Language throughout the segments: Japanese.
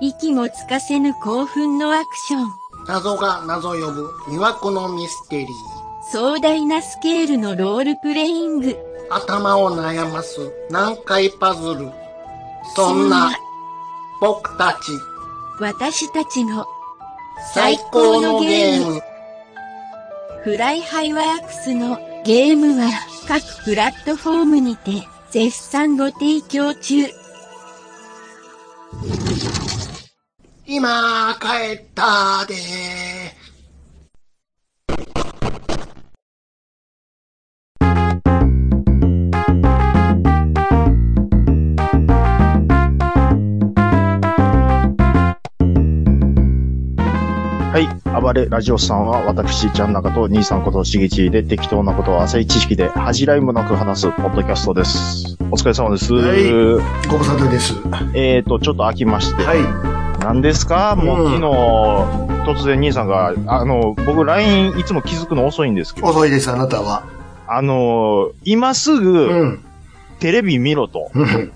息もつかせぬ興奮のアクション。謎が謎呼ぶ魅惑のミステリー。壮大なスケールのロールプレイング。頭を悩ます難解パズル。そんな僕たち私たちの最高のゲーム。フライハイワークスのゲームは各プラットフォームにて絶賛ご提供中。今帰ったではい。暴れラジオさんは、私、ちゃん中と兄さんことしげちで適当なことを浅い知識で恥じらいもなく話すポッドキャストです。お疲れ様です。はご無沙汰です。はえーと、ちょっと飽きまして。い。何ですかもう昨日、突然兄さんが、あの、僕 LINE いつも気づくの遅いんですけど、遅いです、あなたは。あの、今すうぐん。テレビ見ろと。うん。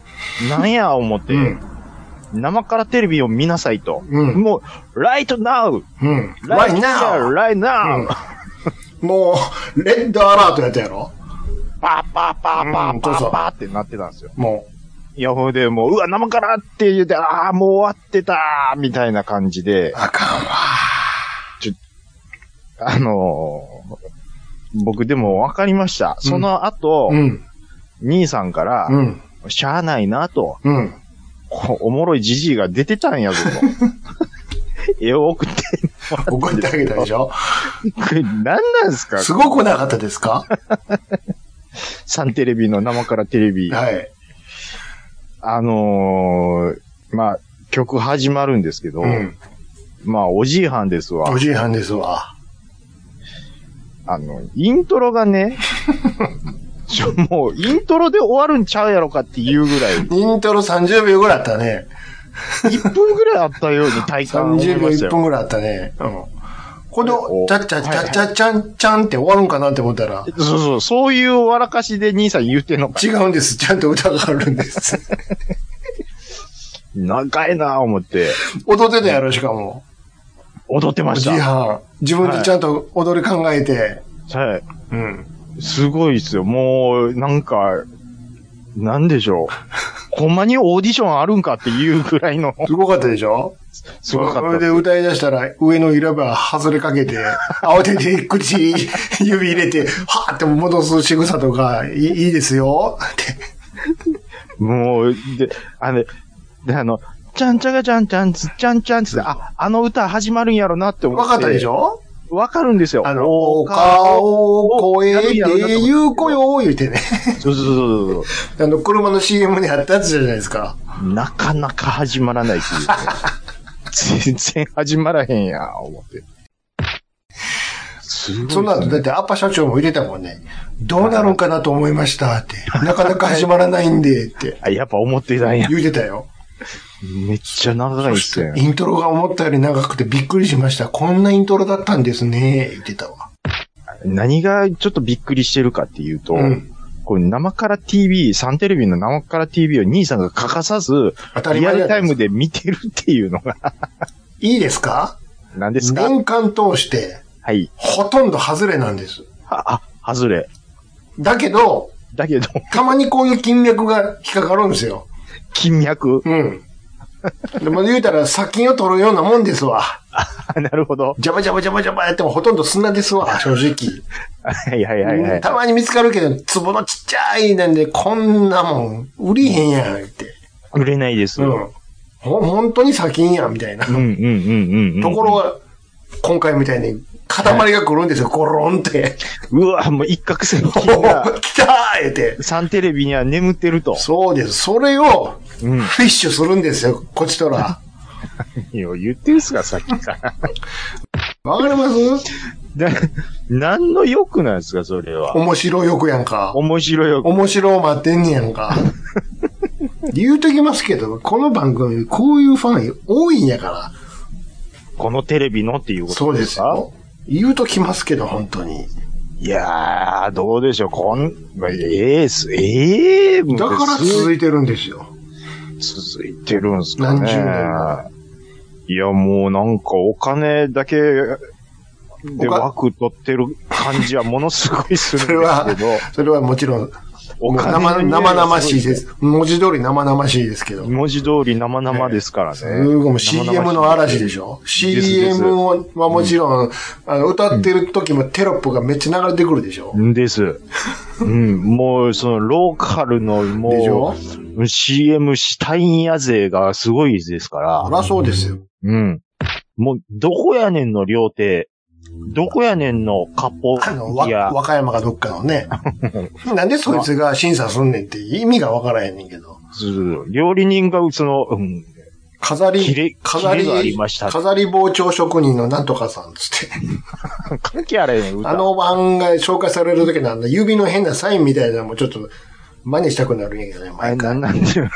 なんや思って、うん。生からテレビを見なさいと。うんもう、right now! うん。 right right here, now! right now! もう、レッドアラートやったやろパーパーパーパうーんパそうそーうパーってなってたんですよ。もいや、ほいで、もう、うわ、生からって言うて、ああ、もう終わってたーみたいな感じでう、、あかんわ。あのー僕でも分かりました。その後、うん。兄さんからう、ん。しゃあないなと、うん。こおもろいじじいが出てたんやぞ と。絵を送って、怒ってあげたでしょこれ何なんですかすごくなかったですかサンテレビの生からテレビ。はい。あのーまあ、曲始まるんですけど、うん。まあ、おじいはんですわお。じいはんですわ。あの、イントロが ね、ちょもう、イントロで終わるんちゃうやろかっていうぐらい、イントロ30秒ぐらいあったね。 1分ぐらいあったように体感思い30秒ました1分よ。ぐらいあったね。うん。こおの、ちゃっちゃちゃちゃちゃんちゃんって終わるんかなって思ったら、そうそう、そういうおわらかしで兄さん言うてんのか。違うんです。ちゃんと歌があるん です。長いなぁ思って、踊ってたやろ、しかも。踊ってまし自た。販。自分でちゃんと踊り考えて。はうん。い。すごいですよ。もう、なんか、なんでしょう。ほんまにオーディションあるんかっていうぐらいの、すごかったでしょ すごかそれった。で歌い出したら、上のイラバー外れか けて、慌てて口に指入れて、はーって戻す仕草とか、いいいですよって。もう、で、あの、で、あの、ちゃんちゃがちゃんちゃんつ、ちゃんちゃんつって、あ、あの歌始まるんやろなって思って。わかったでしょわかるんですよ。あの、お顔を越えて、言う子よ、言うてね。そうそうそうそうそあの、車の CM にあったやつじゃないですか。う。なかなか始まらないっていうね。 全然始まらへんや、思って。すごいですね、その後、だってアッパ社長も入れたもんね。どうなるんかなと思いましたって。なかなか始まらないんで、ってあ、やっぱ思ってたんや。言うてたよ。めっちゃ長いっすね。イントロが思ったより長くてびっくりしました。こんなイントロだったんですね。言ってたわ。何がちょっとびっくりしてるかっていうと、うん。こう生から TV、サンテレビの生から TV を兄さんが欠かさず、当たりリア前じルゃなタいですイムか。で見てるっていうのが、いいですか 何ですか年間通して、はい。ほとんど外れなんです。あ、あ、外れ。だけど、だけど、 たまにこういう金脈が引っかかるんですよ。金脈。うん。でも言うたら、砂金を取るようなもんですわ。あ なるほど。ジャバジャバジャバジャバやってもほとんど砂ですわ、正直。はいはいはいはい。たまに見つかるけど、壺のちっちゃいなんで、こんなもん、売りへんやん、って。売れないです。うん。ほ、本当に砂金やん、みたいな。うんうんうんうんうん。ところが、今回みたいに、塊が来るんですよ、ゴロンって。うわ、もう一攫千お金が、 ー 来たーって。サンテレビには眠ってると。そうです。それを、うん。フィッシュするんですよ、こっちとら。いや言ってるっすか、さっき から。わかりますな、何の欲なんですか、それは。面白い欲やんか。面白い欲。面白を待ってんねやん か。言うときますけど、この番組、こういうファン多いんやから。このテレビのっていうこそとうでですすかよ。言うときますけど、本当に。いやー、どうでしょう、こん、まあええっす、ええもうだからす続いてるんですよ。続いてるんすかね。何十年もいや、もうなんかお金だけで枠取ってる感じはものすごいするんですけど、 それはもちろん、おもう金の生匂いが生々ごしいです。文字通り生々しいですけど。文字通り生々ですからね。すごいもう CM の嵐でょ。しょです ?CM をはもちろん、あの歌ってる時もテロップがめっちゃ流れてくるでしょ、です。うん、もう、その、ローカルの、でしもょう、CM したいんや勢がすごいですからそ、らそうですよ。うん。もう、どこやねんの料亭、どこやねんの割あの、わ、烹いや和歌山かどっかのね。なんでそいつが審査すんねんって意味がわからへんねんけど。料理人が、その、うん、飾キレり、飾キレがありり、ましたね飾り包丁職人のなんとかさんつって。関係あれへん、歌。あの番が紹介される時のあの指の変なサインみたいなのもちょっと真似したくなるんやけどね、あれ、毎な回。んなんていうの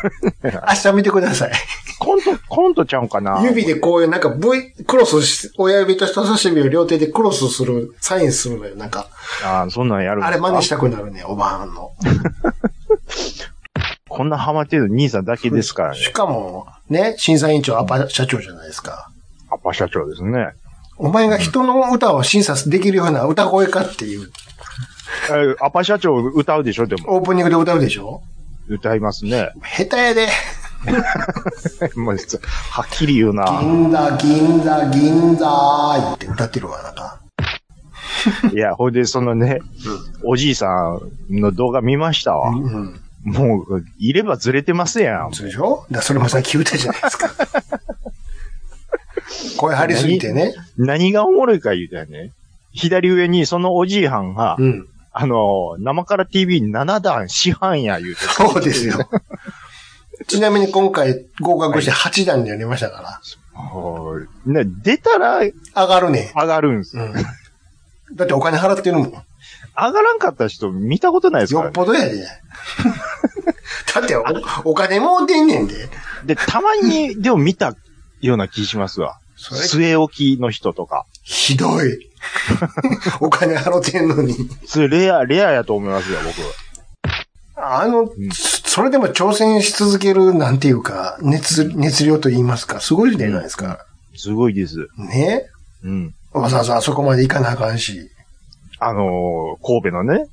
明日見てください。コント、コントちゃうんかな指でこういうなんか V、クロスし、親指と人差し指を両手でクロスする、サインするのよ。なんか、あーそんなんやるんであすかれ真似したくなるね、おばあんの。こんなハマってるの兄さんだけですからね。しかも、ね、審査委員長アパ社長じゃないですか。アッパ社長ですね。お前が人の歌を審査できるような歌声かっていう、えーアッパ社長歌うでしょでも。オープニングで歌うでしょ歌います ね。下手やで。もうはっきり言うな。銀座、銀座、銀座って歌ってるわ、なんか。いや、ほいで、そのね、おじいさんの動画見ましたわ。うん。もう、いればずれてますやん。そうでしょだからそれもさっき言ったじゃないですか。 声張りすぎてね。何がおもろいか言うたよね。左上にそのおじいはんが、うん。あの、生から TV7 段師範や言うて。そうですよ。ちなみに今回合格して8段になりましたから。おいね、出たら上上がるね。がるんです。うん。だってお金払ってるもん。よ上がらんかった人見たことないですからっぽどやで。 だっておお金もうてんねんで。で、たま に、でも見たような気しますわ。それ据え置きの人とか。ひどい。 お金払ってんのに。それレア、レアやと思いますよ、僕。あの、んそれでも挑戦し続けるなんていうか、熱、熱量と言いますか、すごいじゃないですか。すごいです。ねうん。わざわざあそこまで行かなあかんし。あのー神戸のね。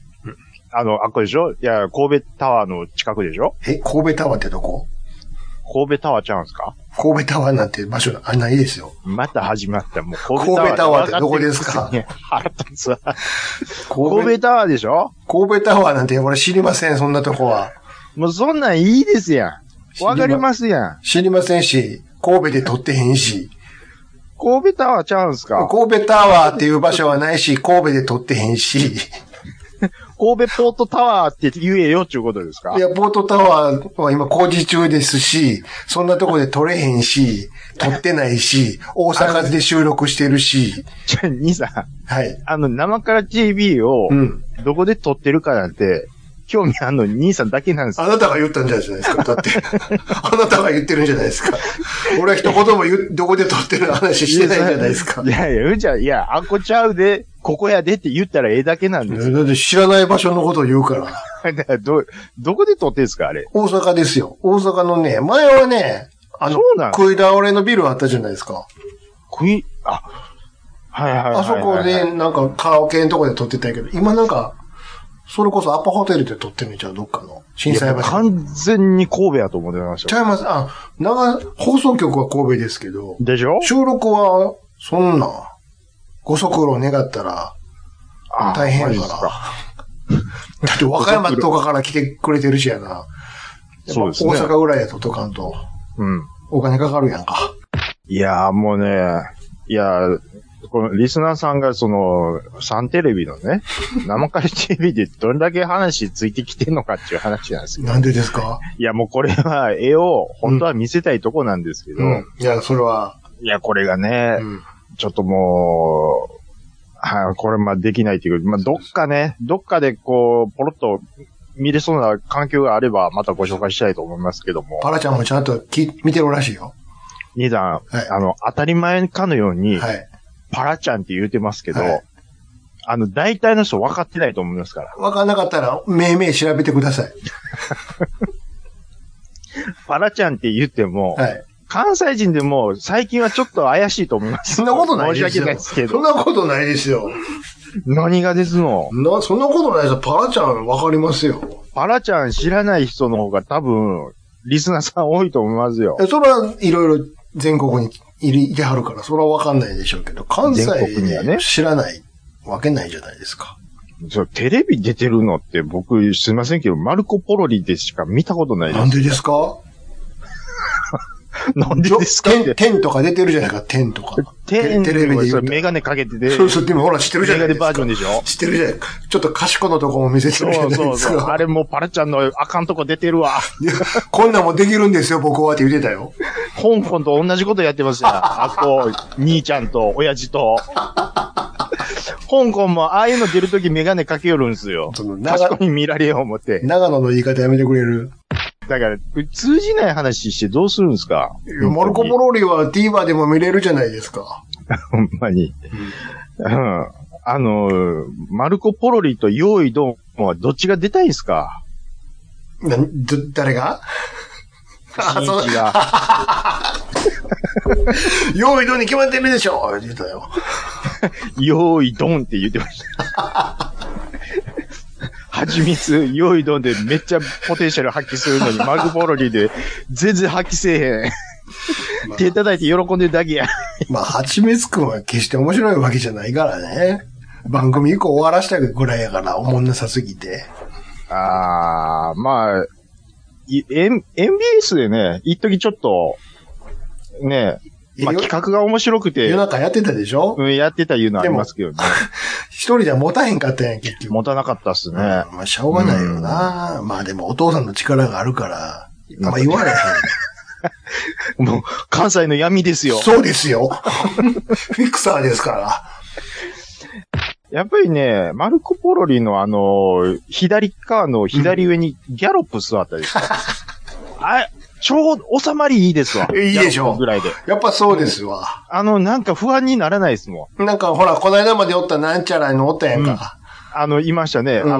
あの、あっこでしょいや、神戸タワーの近くでしょえ、神戸タワーってどこ神戸タワーちゃうんすか神戸タワーなんて場所あんないですよ。また始まった。もう神神戸タワーってどこですす か腹立つわ。神戸神戸タワーでしょ神戸タワーなんて俺知りません、そんなとこは。もうそんなんいいですやん。わかりますやん。知りませんし、神戸で撮ってへんし、神戸タワーちゃうんすか神戸タワーっていう場所はないし、神戸で撮ってへんし、神戸ポートタワーって言えよっていうことですかいや、ポートタワーは今工事中ですし、そんなとこで撮れへんし、撮ってない し、大阪で収録してるし、じゃあ兄さん、はい。あの、生から TV をう、ん。どこで撮ってるかなんて、興味あんの兄さんだけなんですよあなたが言ったんじゃないですか、だ って。あなたが言ってるんじゃないですか。俺は一言も言う、どこで撮ってる話してないじゃないですかい。やいや、うんじゃ、いや、あんこちゃうで、ここやでって言ったらええだけなんですよ。だって知らない場所のことを言うから。だから ど、どこで撮ってんすか、あれ。大阪ですよ。大阪のね、前はね、あのそうな、の食い倒れのビルあったじゃないですか。クイ、あ、はいはいはいはい。あそこで、なんかカラオケのとこで撮ってたけど、今なんか、それこそアパホテルで撮ってんねんじゃうどっかの。震いや、災もう橋。完全に神戸やと思ってましちたよ。ゃいます。あ、長、放送局は神戸ですけど、でしょ収録は、そんな、ご足労願ったら、あ大変やマジっかすらか。 だって和歌山とかから来てくれてるしやな。そうですね大阪ぐらいやととかんと、うん。お金かかるやんか。いやーもうね、いやーこのリスナーさんがその、サンテレビ のね、生カレ TV でどれだけ話ついてきてんのかっていう話なんですよ。なんでですかいやもうこれは絵を本当は見せたいとこなんですけど、うん。いや、それは、いやこれがね、うん。ちょっともう、はい、これまあできないというか、まあどっかね、どっかでこう、ポロッと見れそうな環境があればまたご紹介したいと思いますけども、パラちゃんもちゃんとき見てるらしいよ。兄さん、はいあの、当たり前かのように、はい。パラちゃんって言うてますけど、はいあの、大体の人分かってないと思いますから。わかんなかったら、命名調べてください。パラちゃんって言っても、はい。関西人でも最近はちょっと怪しいと思います。そんなことないで申しす訳ないよ。ですけそんど。なことないですよ。何がですのな、そんなことないですよ。パラちゃんわかりますよ。パラちゃん知らない人の方が多分、リスナーさん多いと思いますよ。えそれはいろいろ全国にいるいてはるから、それはわかんないでしょうけど、関西全国にはねで知らないわけないじゃないですか。そうテレビ出てるのって僕、すいませんけど、マルコ・ポロリでしか見たことないでなんでですかす。なんでですかっ天て。天とか出てるじゃないか、天とか。テテレビで言そうとれメガネかけてて、そうそう、でもほら知ってるじゃメないガネですかバージ。ョンでしょ知ってるじゃないか。ちょっと賢のとこも見せてそるじゃないうですか。そ うそう。あれもうパラちゃんのあかんとこ出てるわ。いやこんなんもできるんですよ、僕はって言ってたよ。香港と同じことやってますよ。あこ、兄ちゃんと親父と。香港もああいうの出るときメガネかけよるんですよ。その長確かに見られよう思って。長野の言い方やめてくれる。だから、通じない話してどうするんですかいやマルコ・ポロリは TVer でも見れるじゃないですか。 ほんまに。うん。あのー、マルコ・ポロリと用意ドンはどっちが出たいんすかなど誰が新一が。用意どうに決まってるでしょ言ってたよ。用意ドンって言ってました。蜂蜜、用意ドンでめっちゃポテンシャル発揮するのに、マグポロリで全然発揮せえへん。手叩いて喜んでるだけや。まあ、蜂蜜くんは決して面白いわけじゃないからね。番組以降終わらしたぐらいやから、おもんなさすぎて。あー、まあ、い M- MBS でね、一時ちょっと、ね、まあよ企画が面白くて夜、中やってたでしょうんやってたいうのはありますけどね。一人じゃ持たへんかったんや、結局。持たなかったっすね。 まあ、しょうがないよな。まあでも、お父さんの力があるから、あんま言われへん。もう、関西の闇ですよ。そうですよ。フィクサーですから。やっぱりね、マルコ・ポロリのあの、左側の左上にギャロップ座ったでしょ。あ、ちょうど収まりいいですわ。いいでしょギャロップぐらいで。やっぱそうですわ。あの、なんか不安にならないですもん。なんか、ほら、この間までおったなんちゃらのおったやんか。あの、いましたね。うんわあ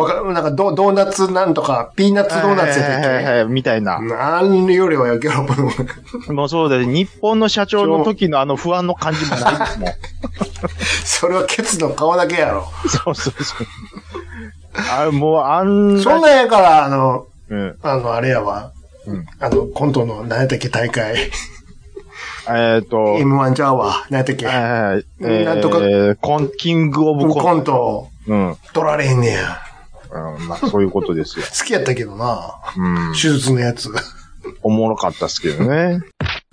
の、かるなんかド、ドーナツなんとか、ピーナッツドーナツやったっはいはいけはいみたいな。なんよりはギャロップの方がもうそうだね。日本の社長の時のあの不安の感じもないですもん。 それはケツの顔だけやろ。そうそうそう。あもう、あんそんなんやから、あの、うん。あの、あれやわ。うんあの、コントの、何やったっけ、大会。えっと、 M1 ちゃうわ。何やったっけ。えーなんとかえーコン、キングオブココンント。ト、うん。取られへんねや。うんまあ、そういうことですよ。好きやったけどな。うん。手術のやつ。おもろかったっすけどね。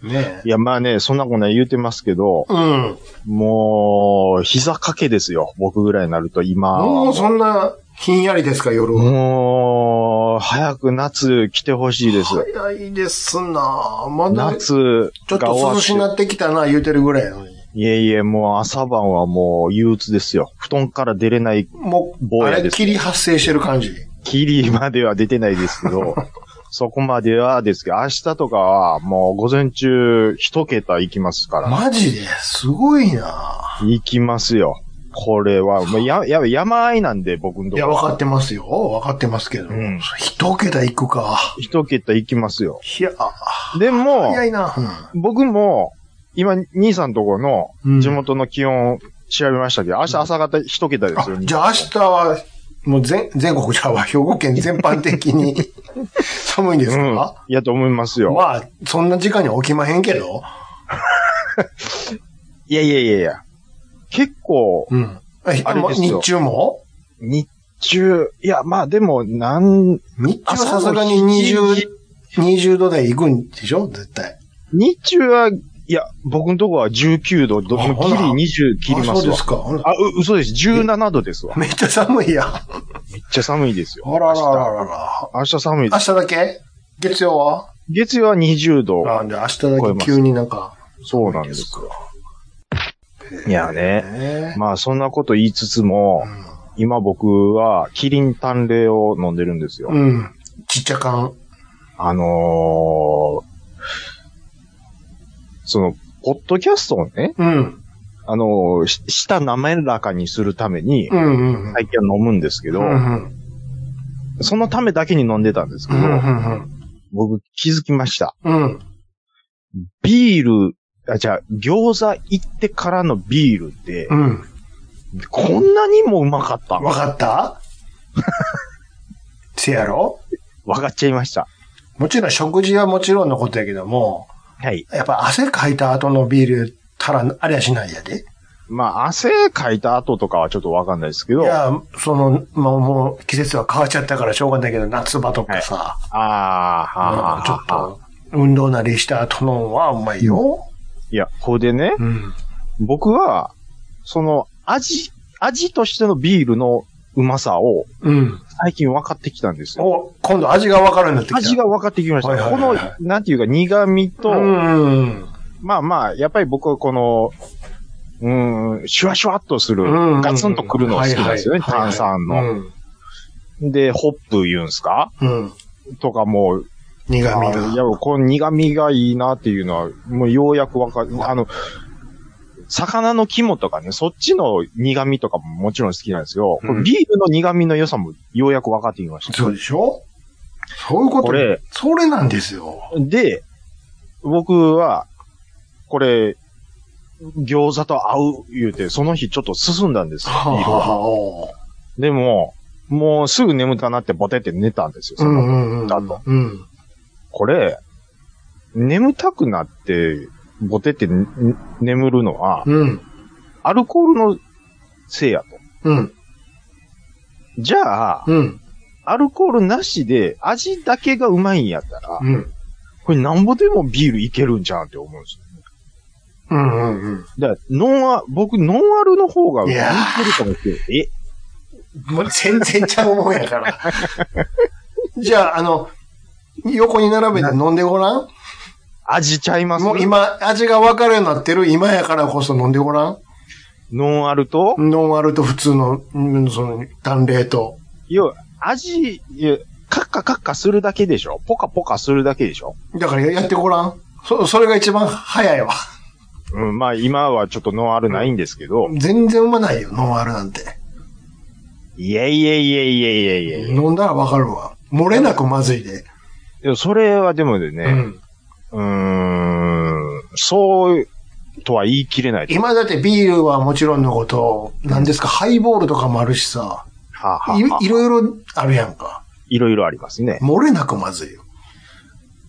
ねいや、まあね、そんなことない言うてますけど、うん。もう、膝掛けですよ。僕ぐらいになると今は。もうそんな、ひんやりですか、夜は。もう早く夏来てほしいです。早いですなぁまだ、ち夏ょっがと終わ涼しにっなってきたな、言うてるぐらいやのに。て。いえいえ、もう朝晩はもう憂鬱ですよ。布団から出れない、もう、坊あやれでっすきり発生してる感じ。キリまでは出てないですけ ど、そこまではですけど、明日とかはもう午前中一桁行きますから。マジですごいな行きますよ。これは、まあ、や、や、山あいなんで、僕のぁといや、こ。わかってますよ。わかってますけど。うん一桁いくか。一桁行きますよ。いや、でも、早いな、僕も、今、兄さんとこのうん地元の気温調べましたけど、明日朝方一桁ですよ。あじゃあ明日は、もう全、全国じゃあ、兵庫県全般的 に寒いんですうんか、。いやと思いますよ。まあ、そんな時間には起きまへんけど。いやいやいやいや。結構、うん。えあれですよ日中も日中、いや、まあでも、なん、日中は朝のさすがに7 20、20度台行くんでしょ絶対。日中は、いや、僕のとこは19度、どあもうほらギリ20切りあまそうすでわ。すか。ほらあ、う、嘘です。17度ですわ。めっめっちゃ寒いやん。ちゃ寒いですよ。あららら明日らら。明日寒いです明日だけ月曜は月曜は20度。あ、で、明日だけ急になんか。そうなんです。いやね。ねまあそんなこと言いつつも、今僕はキリン淡麗を飲んでるんですよ。うん。うん。ちっちゃ缶。あのー、その、ポッドキャストをね、うん。あのー、し舌滑らかにするためにう、んうんうん。最近は飲むんですけど、うんうんそのためだけに飲んでたんですけうど、んうん僕気づきました。うん。うん。ビール、あ、じゃあ、餃子行ってからのビールって、うん。こんなにもうまかった。わかった せやろわかっちゃいました。もちろん食事はもちろんのことやけども、はい。やっぱ汗かいた後のビールたらありゃしないやで。まあ、汗かいた後とかはちょっとわかんないですけいど、あや、その、まあ、もう季節は変わっちゃったからしょうがないけど、夏場とかさ、あー、はあ、うはんあ、ちょっと運動なりした後のはうまいよ。いや、これでね、うん。僕は、その、味、味としてのビールのうまさをうん。最近分かってきたんですよ。お、今度味がわかるようになってきた。味が分かってきました。はいはいこはいのはい、なんていうか苦味と、うん。まあまあ、やっぱり僕はこの、うーん、シュワシュワっとする、うんガツンとくるの好きなんですよね、はいはい炭酸はいはの。いうんで、ホップ言うんすかうん。とかもう、苦あ味ーいやが。、この苦味がいいなっていうのは、もうようやくわかる。あの、魚の肝とかね、そっちの苦味とかももちろん好きなんですよ。うんビールの苦味の良さもようやく分かってきました。そうでしょそういうこと。これそれなんですよ。で、僕は、これ、餃子と合う言うて、その日ちょっと進んだんですよ。はあビールはがあおうでも、もうすぐ眠たなってボテって寝たんですよ。うそのんうんうん。だとうん。これ、眠たくなって、ボテってね眠るのは、うん。アルコールのせいやと。うん。じゃあ、うん。アルコールなしで味だけがうまいんやったら、うん。これなんぼでもビールいけるんじゃんって思うんですよ。うんうんだから、ノンア、僕、ノンアルの方がいやーいけるかもしれない。えうん。もう全然ちゃうもんやから。 じゃあ、あの、横に並べて飲んでごらん味ちゃいますもう今、味が分かるようになってる今やからこそ飲んでごらんノンアルと、ノンアルと普通の、うんその、淡麗と。要は、味、いやカッカカッカするだけでしょポカポカするだけでしょだからやってごらん。そ、それが一番早いわ。うん、まあ今はちょっとノンアルないんですけど、全然うまないよ、ノンアルなんて。いやいやいやいやいやいやいや飲んだらわかるわ。漏れなくまずいで。いや。それはでもね、うん。うーんそうとは言い切れない。今だってビールはもちろんのこと、何ですか、ハイボールとかもあるしさ、はあはあいはあいろいろあるやんか。いろいろありますね。漏れなくまずいよ。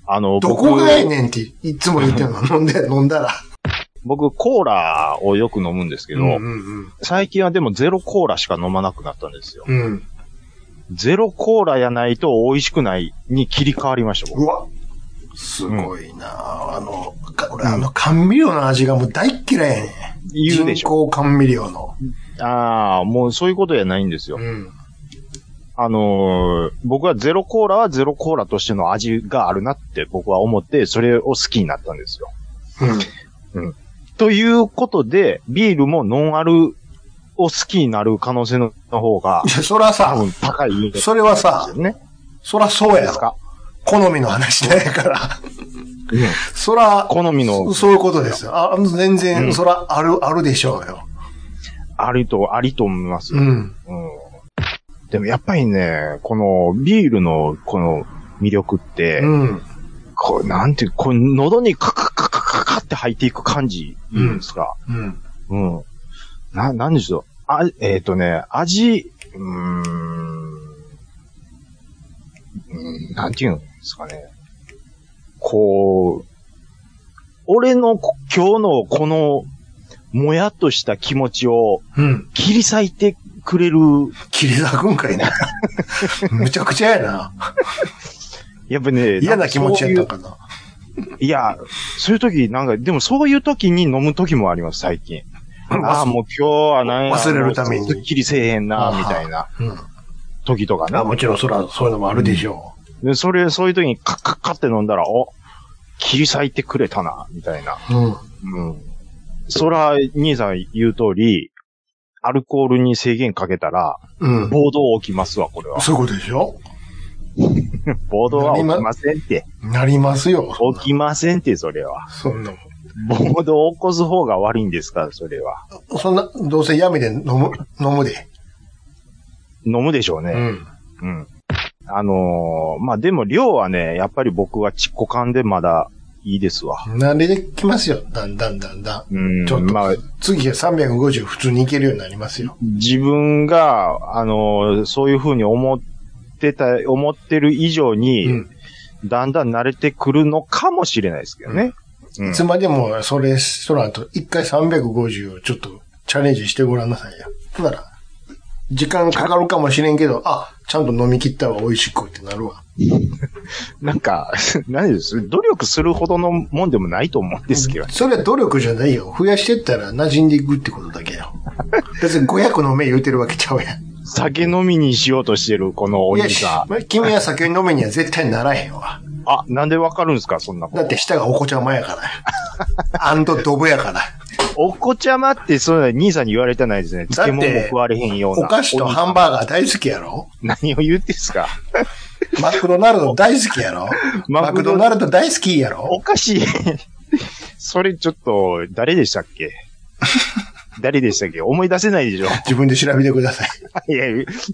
あの、ど僕こがやねんっていつも言ってるの。飲んで、飲んだら。僕、コーラをよく飲むんですけど、うん最近はでもゼロコーラしか飲まなくなったんですよ。うん。うん。ゼロコーラやないと美味しくないに切り替わりました、う僕。わ。すごいなあの、か俺あの、甘味料の味がもう大っ嫌いやねん。言うでし人ょ。工甘味料の。ああ、もうそういうことじゃないんですよ。うん。あのー僕はゼロコーラはゼロコーラとしての味があるなって僕は思って、それを好きになったんですよ。ということで、ビールもノンアルを好きになる可能性の方がうん。、そら多さ、分高いんですそれはさよ、ね。そらそうやですろ。か、好みの話だから。うん、そら、好みのそそういうことですよ。あ全然、うんそら、ある、あるでしょうよ。ありと、ありと思います、ううんん。でもやっぱりね、このビールのこの魅力って、うん。こう、なんていう、こう、喉にカカカカカカって入っていく感じ、いうんですか、うん。うん、な、なんでしょう。あ、えっ、とね、味、うーん、うんなんていうんですかね。こう、俺のこ今日のこの、もやっとした気持ちをうん。切り裂いてくれる、切り裂くんかいな。 むちゃくちゃやな。やっぱね、嫌な気持ちやったなんかかな。そういういや、そういう時、なんか、でもそういう時に飲む時もあります、最近。ああ、もう今日はなんや忘れるためにすっきりせえへんな、みたいなうん。時とかねあ、。もちろんそら、そういうのもあるでしょで、それ、そういう時にカッカッカって飲んだら、お、切り裂いてくれたな、みたいな。う。うん。うん。そら、兄さん言う通り、アルコールに制限かけたら、うん。暴動起きますわ、これは。そういうことでしょ暴動は起きませんって。なりますよ。起きませんって、それは。そんなもん。暴動を起こす方が悪いんですから、それは。そんな、どうせやめて飲む、飲むで。飲むでしょううね。ん。うん。あのーまあ、でも量はね、やっぱり僕はチッコ缶でまだいいですわ。慣れてきますよ。だんだんだんだん。うんちょっと、まあ次は350普通にいけるようになりますよ。自分が、あの、そういうふうに思ってた、思ってる以上に、うんだんだん慣れてくるのかもしれないですけどね。うんいつまでも、それ、そらんと、一回350をちょっとチャレンジしてごらんなさいよ。ほんなら、時間かかるかもしれんけど、あ、ちゃんと飲み切ったわ、美味しくってなるわ。なんか、 何です努力するほどのもんでもないと思うんですけど。それは努力じゃないよ。増やしてったら馴染んでいくってことだけ よ。別に500飲め言うてるわけちゃうやん。酒飲みにしようとしてる、このおいや兄さん。ま君は酒飲めには絶対ならへんわ。あ、なんでわかるんですか、そんなこだっと。て舌がお子ちゃまや から。アンドドブやから。お子ちゃまって、そういうの兄さんに言われたないですだね。って漬物も食われへんような。お菓子とハンバーガー大好きやろお兄さん何を言ってんですか。マクドナルド大好きやろママククドドナルド大好きやおろかしい。それちょっと、誰でしたっ け誰でしたっけ思い出せないでしょ自分で調べてください。いや、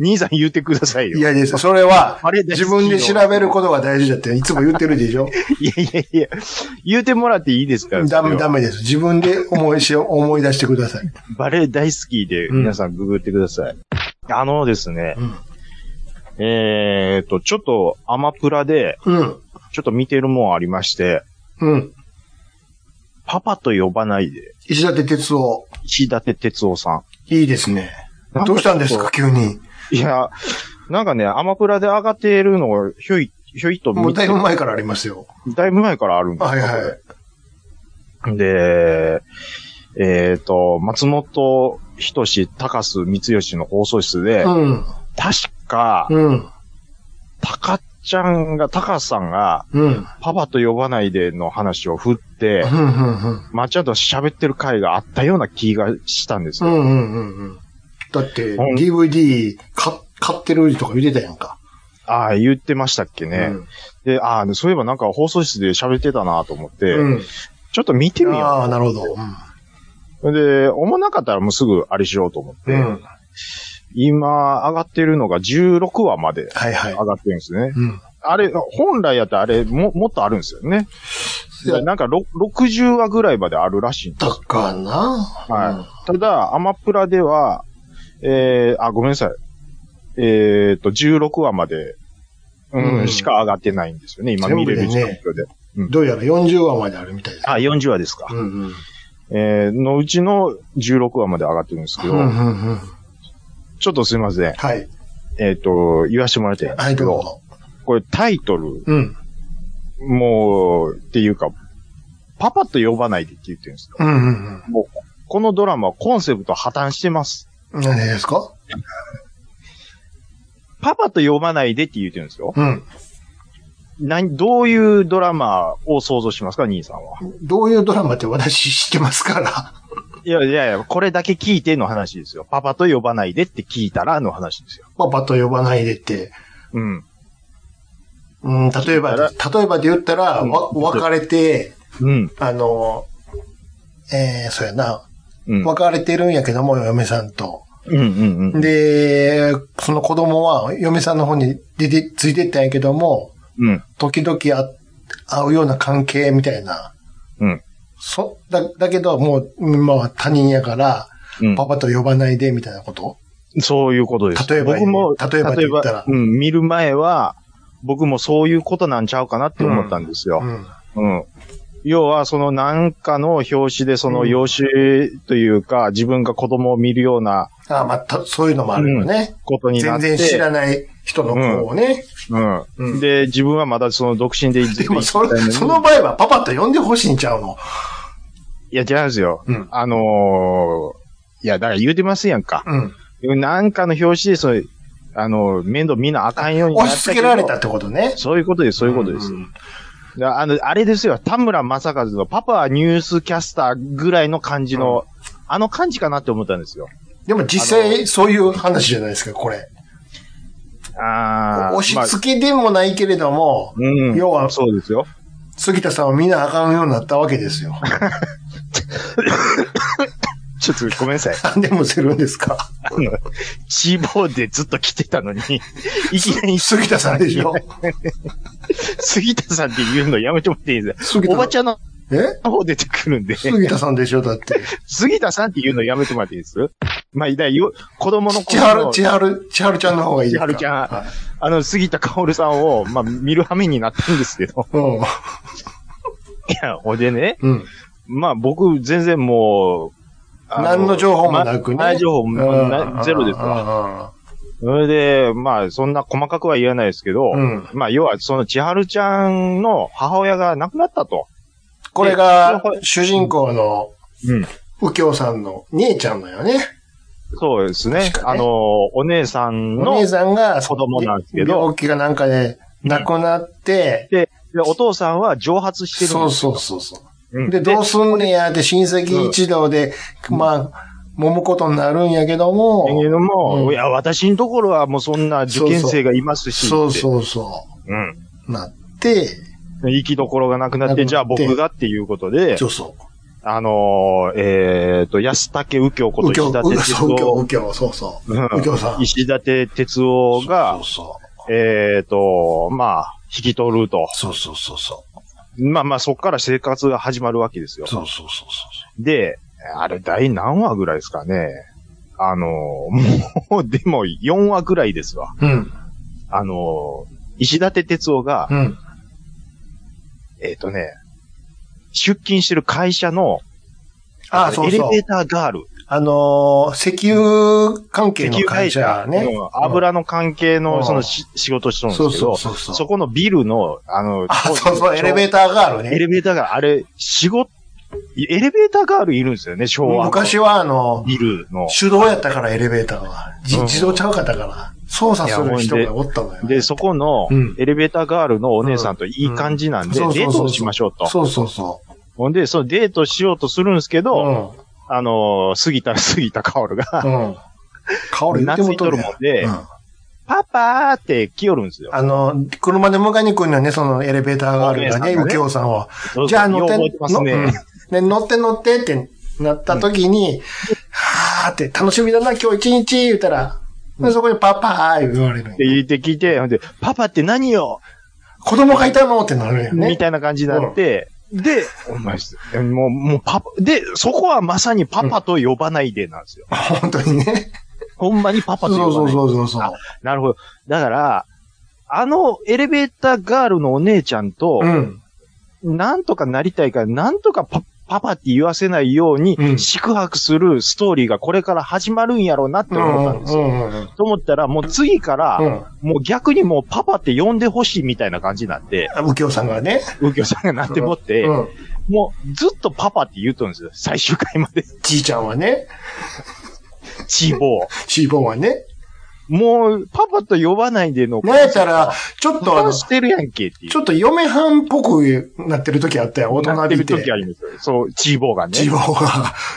兄さん言ってくださいよ。いやです。それはあれ、大好き自よ分で調べることが大事だっていつも言ってるでしょ いやいやいや、言うてもらっていいですからダメ、ダメ。メです。自分で思いし、思い出してください。バレエ大好きで、うん皆さんググってください。あのですね、うん。えー、と、ちょっとアマプラで、うん。ちょっと見てるもんありまして、うん。パパと呼ばないで、石立哲夫。石立哲夫さいいですね。なんかどうしたんですか、急に。ん。いや、なんかね、アマプラで上がってるのを、ひょい、ひょいっともう見だていぶ前からありますよ。だいぶ前からあるんですよはいはい。で、えっ、と、松本人志、高須光義の放送室で、うん。確か、うん。高っちゃんが、高須さんが、うん。うん。パパと呼ばないでの話を振って、うん。うん。まあちゃんと喋ってる回があったような気がしたんですうよ。んうんうんうん。だって、うん DVD か買ってるとか言ってたやんか。ああ、言ってましたっけね。で、ああ、そういえばなんか放送室で喋ってたなと思って、うん。ちょっと見てうん。みよああ、なるほど。う。で、思わなかったらもうすぐあれしようと思って、うん。うん。今上がってるのが16話まではいはい上。がってるんですね。うん。あれ、本来やったらあれ、も、もっとあるんですよね。いやなんか、ろ60話ぐらいまであるらしい。だかなはただ、アマプラでは、えー、あ、ごめんなさい。えーと、16話まで、うん、うんしか上がってないんですよね。今全見部れでねる状況で。い。どうやら40話まであるみたいです。あ、40話ですか。うんうん。えー、のうちの16話まで上がってるんですけうど、んうんうん。ちょっとすいません。はい。えーと、言わせてもらいたいんではすい、けどうど、も。これタイトル、うん。もう、っていうか、パパと呼ばないでって言ってるんですようんうんもう、このドラマはコンセプト破綻してます。うん。何ですかパパと呼ばないでって言ってるんですよ。うん。何、どういうドラマを想像しますか、兄さんは。どういうドラマって私知ってますから。いやいやいや、これだけ聞いての話ですよ。パパと呼ばないでって聞いたらの話ですよ。パパと呼ばないでって。うん。うん、例えば、だ例えばで言ったら、わ、別れて、うん。あの、えー、そうやな。うん。別れてるんやけども、嫁さんと。うんうんうん。で、その子供は嫁さんの方に出て、ついてったんやけども、うん。時々あ会うような関係みたいな。うん。そ、だ、だけどもう、今は他人やから、うんパパと呼ばないでみたいなこと、そういうことです。例えばね僕も、例えばで言ったら例えばうん、見る前は、僕もそういうことなんちゃうかなって思ったんですよ。うん、うん。要は、そのなんかの表紙で、そのうん養子というか、自分が子供を見るようなあまあ、た、そういうのもあるよね。ことにな全って。然知らない人の子をね。うん。うんで、自分はまだその独身でずっでとも生そきてたのれ、にその場合はパパと呼んでほしいんちゃうの。いや、違うんですよ。うん。あのーいや、だから言うてますやんか。うん。なんかの表紙で、その、あの、面倒見なあかんようになっ押たし付けられたけってことねど。。そういうことです、そういうことです。んだからあの、あれですよ、田村正和のパパはニュースキャスターぐらいの感じの、あの感じかなって思ったんですよ。でも実あ際そういう話じゃないですか、これ。ああ。押し付けでもないけれども、まあうん。要はそうですよ。杉田さんはみんなあかんようになったわけですよ。 ちょっとごめんなさい。何でもするんですか。あの、 チーボーでずっと来てたのに、いきなり杉田さんでしょ杉田さんって言うのやめてもらっていいです杉田おばちゃんのえ方出てくるんで、杉田さんでしょだって。杉田さんって言うのやめてもらっていいですまあ、だからよ子供の千頃春、の、千春、千春ちゃんの方がいいですか千春ちゃんはいあの、杉田薫さんを、まあ、見る羽目になったんですけど、 いや、ほんでね、うん。うん。まあ僕、全然もう、あ何の情報もなくね。ま前情報もなゼロですわ。わ。それで、まあ、そんな細かくは言えないですけど、うんまあ、要は、その、千春ちゃんの母親が亡くなったと。これが、主人公のうん。右京さんの姉ちゃんだよね。そうですね。確かあねの、お姉さんおの、姉さんが、子供なんですけど病気がなんかで、亡くなって、で、でお父さんは蒸発してるそうんですよそうそうそう。うんで、どうすんねやって親戚一同で、まあ、揉むことになるんやけどもだ、けども、うんいや、私のところはもうそんな受験生がいますし、そうう。そうそうん。う、なって、行きどころがなくなっ、なくなっててじゃあ僕がっていうことで、そうそう。あのー、えっ、と、安武右京こと右京、石右京、田哲そう右京、夫右京、そうそう。うん右京さん。石田哲夫がそう、そえっ、と、まあ、引き取ると。うそう。そうそうそうそう。まあまあ、そこから生活が始まるわけですよ。そうそうそうそう。で、あれ、第何話ぐらいですかね。あの、もう、でも、4話ぐらいですわ。うん、あの、石立哲夫がう、ん。えっ、とね、出勤してる会社の、あああ、のそうエそうレベ。ーターガール、あのー石油関係石の油会会社社、ね。うん油の関係うの、んそのし、仕事してるんでそうすけそどう、そうそう。そこのビルの、あの、あ、そうそう、エレベーターガールエね。レベーターが、あれ、仕事、エレベーターガールいるんですよね、昭和の。昔はあの、ビルの。手動やったから、エレベーターは。じうん自動ちゃうかったから。操作する人いやがおったのよ。で、そこのうん、エレベーターガールのお姉さんといい感じなんで、うんうんそうそうデそうートをしましょうと。そうそうそほんで、そのデートしようとするんですけう。ど、うん。あのー、杉田、杉田薫が、うん。香り言ってもとるや 懐いとるもんでうんパパーって来よるんですよ。あの、車で迎えに来るのね、そのエレベーターがあるからね、お姉さんがね右京さんは。そうそうじゃあ乗って、ようの覚えてますうんね。で乗って乗ってってなった時に、はーって、楽しみだな、今日一日言ったら、でそこにパパー言われるんってよ。言って聞いて、ほんで、パパって何よ子供がいたのってなるんよね。みたいな感じになって、で、お前、もう、もうパパ、で、そこはまさにパパと呼ばないでなんですよ。本当にね。ほんまにパパそうと呼ばないでそうそうそう。なるほど。だから、あのエレベーターガールのお姉ちゃんとう、ん。なんとかなりたいから、なんとかパパパって言わせないよううに、ん宿泊するストーリーがこれから始まるんやろうなってう思ったんうんんでうすよ。んうん。と思ったら、もう次から、うん。もう逆にもうパパって呼んでほしいみたいな感じになって、あ右京さんがね。右京さんがなってもって、うん。もうずっとパパって言うとるんですよ。最終回まで。 じいちゃんはね。チーボー。シーボンはね。もう、パパと呼ばないでの。なんやったら、ちょっとあ破の、綻ちしてるやんけっていう。ょっと嫁はんっぽくなってる時あったよ、大な人ってびるて。時ありますよ。そう、チーボーがね。自分が、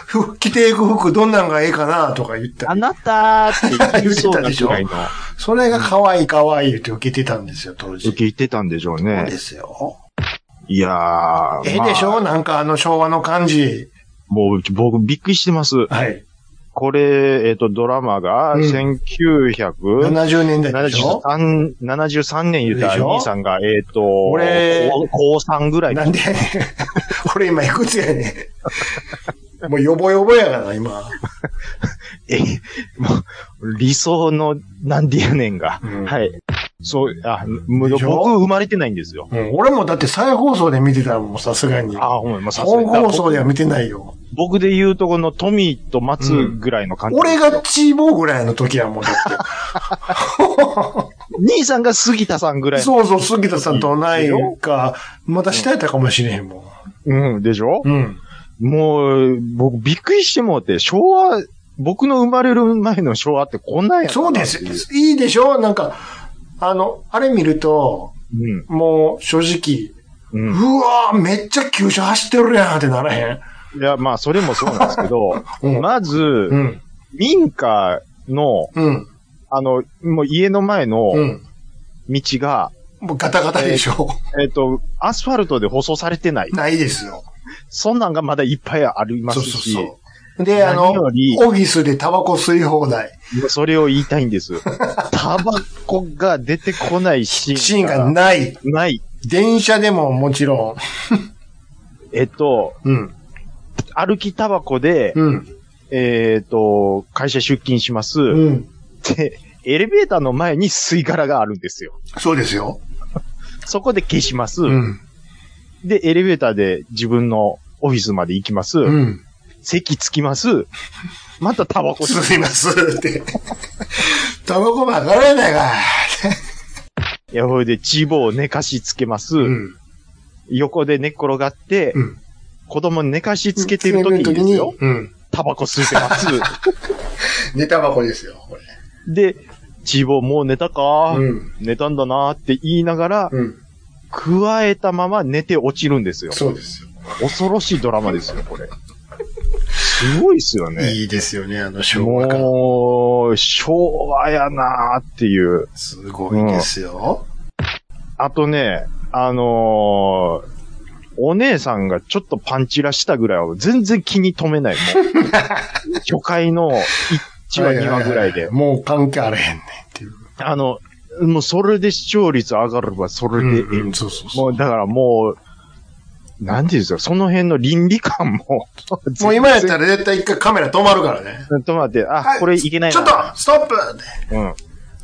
ふ着ていく服どんなんがええかなとか言ったあ。なたーって言いそうなぐらいの。それが可愛い可愛いって受けてたんですよ、当時。聞いてたんでしょうそうねで。すよ。いやー。ええでしょ、まあなんかあの昭和の感じ。もう僕びっくりしてます。はい。これ、えっ、と、ドラマがうん1973、 70年代でしょ73年言うたでらしょ兄さんが、えっ、と、俺高高3ぐらいなんでや ねん。俺今いくつやねん。もうヨボヨボやから、今。え、もう、理想の、なんでやねんが。うんはい。そう、あ、むでしょ僕生まれてないんですよ。うん、俺もだって再放送で見てたもん、さすがに。あ、ほんま、まあ、さすが本に。だ放から送では見てないよ。僕で言うとこのトミーと松ぐらいの感じ。俺がチーボーぐらいの時やもん、だ っ兄さんが杉田さんぐらて。いの。そうそう、杉田さんとないか、また下やったかもしれへんもうん、でしょん。うん。もう、僕びっくりしてもうて、昭和、僕の生まれる前の昭和ってこんなんやったそうなでっていす。いいでしょなんか、あの、あれ見ると、うん。もう正直、うん。うわぁ、めっちゃ急車走ってるやんってならへん。いや、まあ、それもそうなんですけど、 うん。まず、うん。民家の、うん。あの、もう家の前のうん。道が、もうガタガタでしょ。。えっ、と、アスファルトで舗装されてないないですよ。そんなんがまだいっぱいありまそすうし、そうそう。で、あの、何よりオフィスでタバコ吸い放題。それを言いたい んです。タバコが出てこないシーン。シーンがない。ない。電車でももちろえっと、ん。うん。歩きタバコで、うん。えっと、会社出勤します。うん。で、エレベーターの前に吸い殻があるんですよ。そうですよ。そこで消します。うん。で、エレベーターで自分のオフィスまで行きます。うん。席つきます。またタバコ吸う吸いますって。 タバコばっかりやないか。いや、ほいで、チーボを寝かしつけます。うん。横で寝っ転がって、うん子供寝かしつけてる時にですよ。うん。タバコ吸ってます。寝タバコですよ、これ。で、チーボもう寝たか、うん。寝たんだなーって言いながら、うん。くわえたまま寝て落ちるんですよ。そうですよ。恐ろしいドラマですよ、これ。すごいっすよね。いいですよね、あの昭和感。もう、昭和やなーっていう。すごいですよ。あとね、あのーお姉さんがちょっとパンチラしたぐらいは全然気に留めない。も う初回の1話、2話ぐらいはでは。もう関係あれへんねんっていう。あの、もうそれで視聴率上がればそれでええ。うんそうそうそもうだからもう、なんていうんですか、その辺の倫理観も。う。 もう今やったら。ら絶対一回カメラ止まるからね。ちょっと待って、あ、はいこれいけないな。ちょっとストップってうん。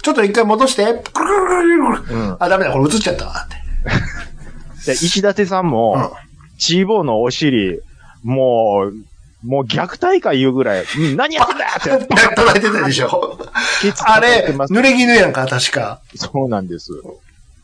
ちょっと一回戻して。くるくるくるくるくるうんあ、ダメだ、これ映っちゃったって。で、石立さんも、チーボーのお尻、もう、もう虐待か言うぐらい、うん何やってんだ うってん。叩いてたでしょ。ケツあ叩いれ、てます濡れ衣やんか、確か。そうなんです。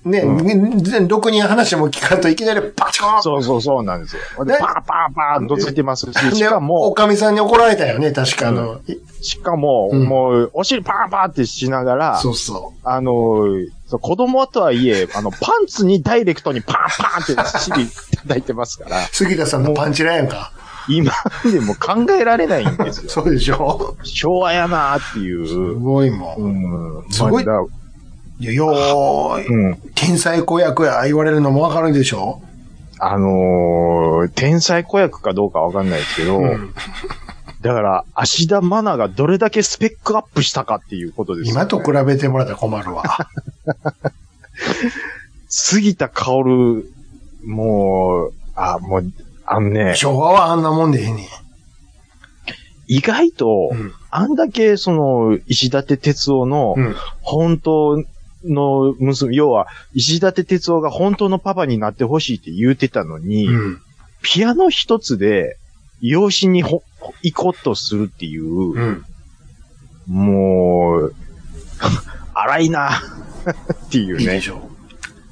ね、全6人話も聞かんといきなりパチコーンそうそうそうなんですよ。でねパーパーパーどついてますし、でしかおも、かみさんに怒られたよね、確かあの。いしかも、うんもう、お尻パーパーってしながら、そうそあの、そう子供とはいえ、あの、パンツにダイレクトにパンパンって尻叩いてますかう。ら、杉田さんのパンチラやんか。今でも考えられないんです よ。そうでしょ昭和やなーっていう。すごいもん。うん。すごいまあだいやよーい、うん。天才子役や言われるのもわかるでしょあのー、天才子役かどうかわかんないですけど、うんだから、芦田愛菜がどれだけスペックアップしたかっていうことですよ、今と比べてもらったら困るわ。杉田薫、もう、あ、もう、あのね、昭和はあんなもんでいいねん。意外と、うんあんだけ、その、石立哲夫の、うん本当の娘、要は、石立哲夫が本当のパパになってほしいって言うてたのに、うん。ピアノ一つで、養子にほ、行こうとするっていう、うん。もう、荒いな、っていういいでね。しょ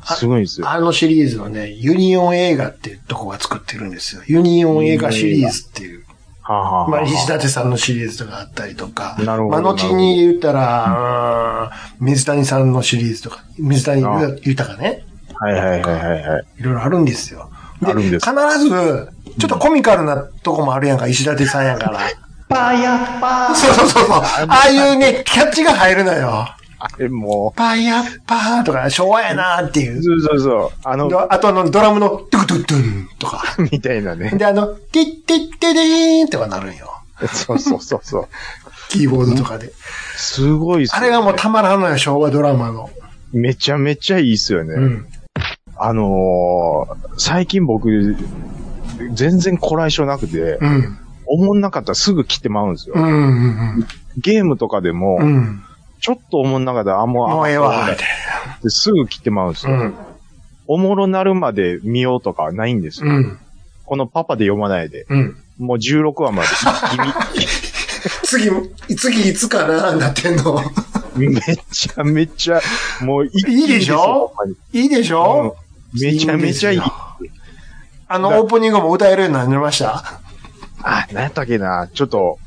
あすごいですよ。あのシリーズはね、ユニオン映画っていうとこが作ってるんですよ。ユニオン映画シリーズっていう。はあはあまあ、石立さんのシリーズとかあったりとか。なるほどまあ、後に言ったら、うん水谷さんのシリーズとか、水谷ああ豊かね。はいはいはいはいはい。いろいろあるんですよ。あるんです必ず、ちょっとコミカルなとこもあるやんか、石立さんやから。パヤッパそうそうそうそう。ああいうね、キャッチが入るのよ。あれも、パイアッパーとか、昭和やなーっていうう。そうそうそう、あの、あとあの、ドラムの、トゥクトゥクトゥンとか。 みたいなね。で、あの、ティッティッティデーンとかなるんよ。そうそうそうそう。 キーボードとかで。すごいっすよあねれがもうたまらんのよ、昭和ドラマの。めちゃめちゃいいっすよね。うん。あのー、最近僕、全然こらえ性なくて、うん。おもんなかったらすぐ切ってまうんですよ。うん。うんゲームとかでも、うん。うん。ちょっとおもんなかったら、あ、もう、もうええわ、みたいってすぐ切ってまうんですよ。な。おもろなるまで見ようとかはないんですうん。よ。うん。このパパで読まないで。うん。もう16話まで 一次、次いつかなーなってんの。気に。めちゃめちゃ、もう一気にいいでしょほんまにいいでしょうんめちゃめちゃいいいいんです。あの、オープニングも歌えるようになりました。あ、何やったっけな。ちょっと、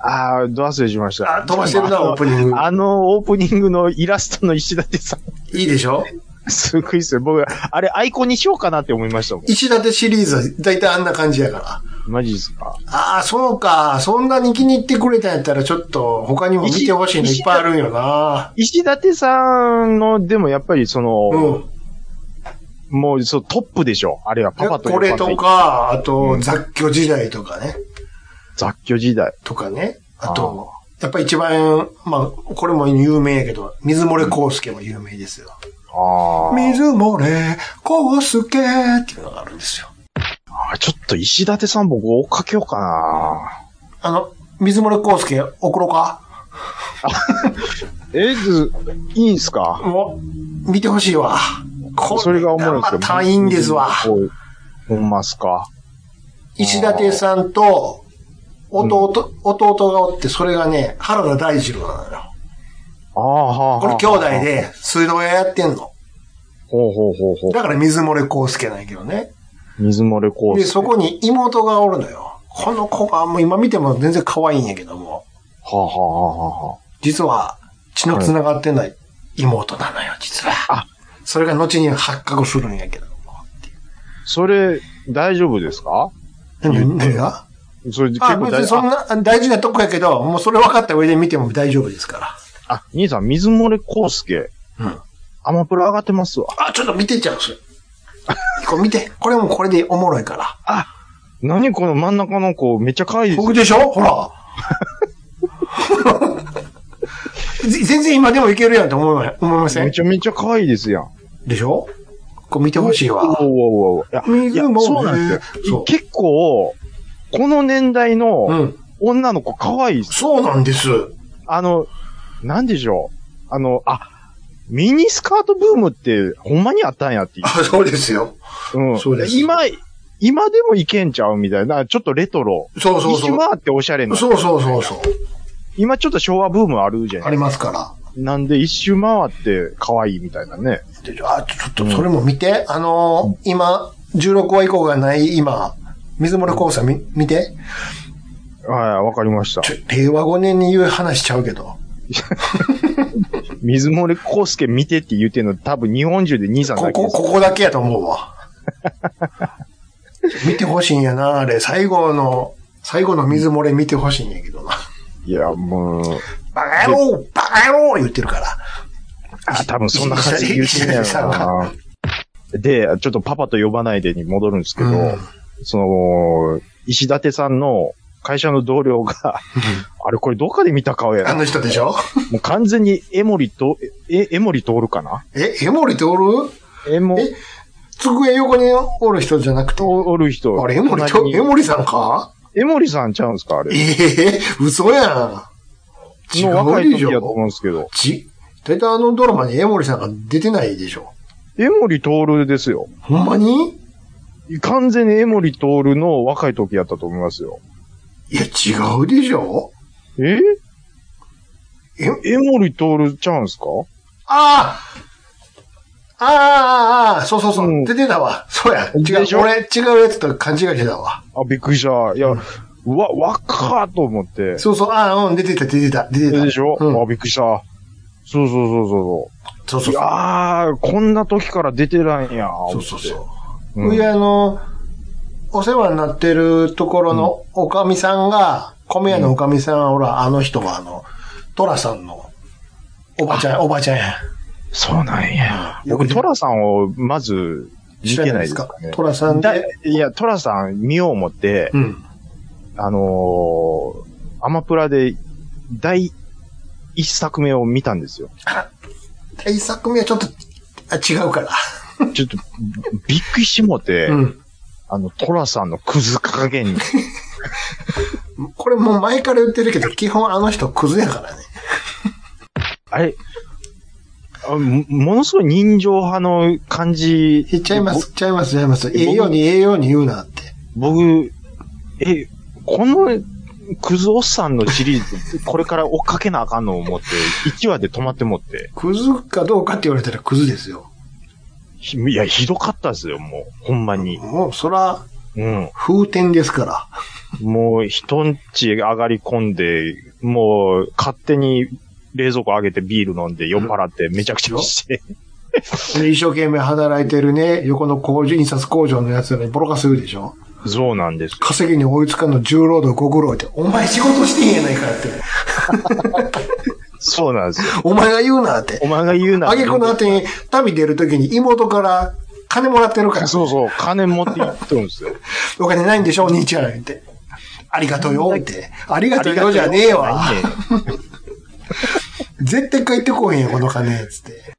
あー、ど忘れしました。あ、飛ばしてるな、オープニング。あのオープニングのイラストの石立さん、 いいでしょすごいっすよ。僕、あれアイコンにしようかなって思いましたもん。石立シリーズは大体あんな感じやから。マジですか。ああ、そうか。そんなに気に入ってくれたんやったら、ちょっと他にも見てほしいのいっぱいあるんよな。石立さんの、でもやっぱりそうんの、。もうそうトップでしょ。あれはパパとこ呼ばなれいとか、あと、雑居時代とかね。雑居時代。とかね。あと、やっぱ一番、まあ、これも有名やけど、水漏れ康介も有名ですよ。あ水漏れ康介っていうのがあるんですよ。あ。ちょっと石立さん僕追っかけようかな。あの、水漏れ康介送ろうかえ、ず、いいんすかもう、見てほしいわ。こそれが思うんですよ。またいいんですわ。こうほんますか。石立さんと、弟、弟がおって、それがね、原田大二郎なのよ。ああ、はあ。これ兄弟。で、水道屋やってんの。ほうほうほうほだから水漏れ康介なんやけどね。う。水漏れコース。で、そこに妹がおるのよ。この子が、もう今見ても全然可愛いんやけども、はあ、はあはあは実は血の繋がってない妹なのよ、実は。あそれが後に発覚するんやけども。あ、それ、大丈夫ですか何何がそれ結あ、構別大にそんあな大事なとこやけど、もうそれ分かった上で見ても大丈夫ですかあ、兄さん、水漏れコースケ。ら。うん。アマプラ上がってますわ。あ、ちょっと見てちゃう、それ。 これ見て。これもこれでおもろいから。何この真ん中の子、めっちゃ可愛いです僕でしょほら。 ぜ全然今でもいけるやんと思いま思いませめんちゃめちゃ可愛いですやん。でしょこれ見てほしいわ。おうおうおうおういや水いやもそうなんですそよ。う結構、この年代うのん。女の子可愛いです。そうなんです。あの、なんでしょう。あの、あ、ミニスカートブームってほんまにあったんやっていう。あ、そうですよ。うん。そうです今、今でもいけんちゃうみたいな、ちょっとレトロ。そうそうそう一。回っておしゃれな。そうそうそうそう。今ちょっと昭和ブームあるじゃあん。りますから。なんで一周回って可愛いみたいなね。であ、ちょっとそれも見て。あのー今、16話以降がない今、水漏れ交差見見て。はい、わかりました。ちょ、令和5年に言う話しちゃうけど。水森康介見てって言ってんの多分日本中で兄さんこだけこ、です。ここだけやと思うわ。見てほしいんやな、あれ。最後の、最後の水漏れ見てほしいんやけどな。いや、もう、バカ野郎バカ野郎言ってるから。あ、多分そんな感じで言ってん石や田さんろがな。で、ちょっとパパと呼ばないでに戻るんですけど、うんその、石立さんの会社の同僚が、あれこれどっかで見た顔やあな。の人でしょもう完全に江森と、え、江森通るかなえ、江森っておる江森え机横におる人じゃなくて。おる人。あれ、江森ちょ隣に江森さんか江森さんちゃうんですかあれ。ええ嘘やん。違の若いうでし時やと思うょんですけど。ち、だいたいあのドラマに江森さんが出てないでしょ。江森徹ですよ。ほんまに完全に江森徹の若い時やったと思いますよ。いや、違うでしょええ江森徹ちゃうんすかああああああそうそうそう。うん出てたわ。そうや。違でしう。ょ俺、違うやつと勘違いしてたわ。あ、びっくりした。いや、うわ、若っと思って。そうそう。ああ、うん、出てた、出てた、出てた。でしょ、うんあ、びっくりした。そうそうそうそそううそ。そううそいう。やー、こんな時から出てないんや。そうそうそ思う。って。いいや、や、あの、お世話になってるところのおかみさんが、米屋のおかみさんは、ほら、あの人は、あの、トラさんの、おばちゃん、おばちゃんや。そうなんや。よく僕、トラさんをまず見てないですかね。トラさんだで、いや、トラさん見よう思って、うん。あのー、アマプラで第一作目を見たんで すよ。第一作目はちょっと、あ違うから。ちょっと、びっくりしてもうて、うん。あの、トラさんのクズ加減に。これもう前から言ってるけど、基本あの人クズやからね。あれあもものすごい人情派の感じ。言っちゃいます、言っちゃいます、言っちゃいます。僕ええように、ええように言うなって。ぼ。僕、え、この、クズおっさんのシリーズ、これから追っかけなあかんの思って、1話で止まってもって。クズかどうかって言われたらクズですよ。ひいや、ひどかったですよ、もう。ほんまに。もう、そら、うん。風天ですから。もう、人んち上がり込んで、もう、勝手に冷蔵庫上げてビール飲んで酔っ払ってめちゃくちゃして。で一生懸命働いてるね、横の工場、印刷工場のやつらにボロカス言うでしょ。そうなんですよ。稼ぎに追いつかんの重労働ご苦労って、お前仕事してへんやないかって。そうなんですよ。お前が言うなってお。前が言うな。あげくの後に、旅出るときに妹から金もらってるから、 そうそう、金持って行ってるんですよ。お金ないんでしょ、お兄ちゃんって。ありがとうよって。ありがとうよじゃねえわ。絶対帰ってこうへんよ、この金、つって。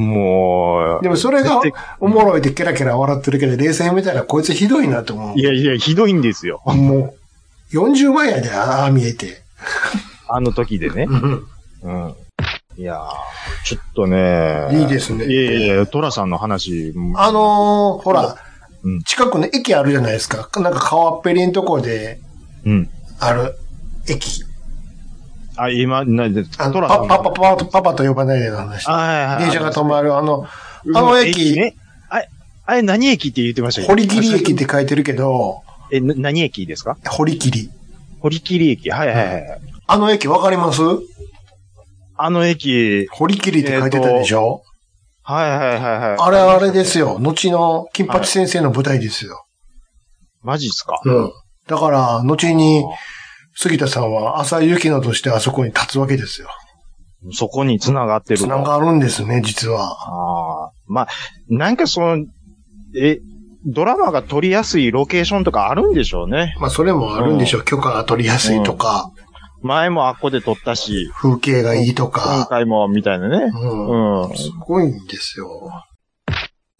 もう。でもそれが絶おもろいでケラケラ笑ってるけど、冷静に見たらこいつひどいなと思対いやいや、ひどいんですよ。う。もう、40万やで、ああ見えて。あの時でね。うん。いやー、ちょっとね。いいですねいやいやいや、トラさんの話。あのー、ほら、うん近くの駅あるじゃないですか。なんか川っぺりんとこでうん。ある駅。あ、今、なで、あのトラさパん。パパパとパパと呼ばないでの話。あはいはいはい電車が止まる、あの、うんあの駅、ね。あれ、あれ何駅って言ってましたっけ堀切駅っ。て書いてるけど、え、な何駅ですか堀切。堀切駅。はいはいはい。あの駅わかりますあの駅、堀切って書いてたでしょ、はいはいはいはい。あれあれですよ。後の金八先生の舞台ですよ。マジっすかうん。だから、後に、杉田さんは浅井幸乃としてあそこに立つわけですよ。そこに繋がってる。繋がるんですね、実は。ああ。まあ、なんかその、え、ドラマが撮りやすいロケーションとかあるんでしょうね。まあ、それもあるんでしょう。許可が取りやすいとか、前もあっこで撮ったし、風景がいいとか。今回も、みたいなね。う。うんん。すごいんですよ。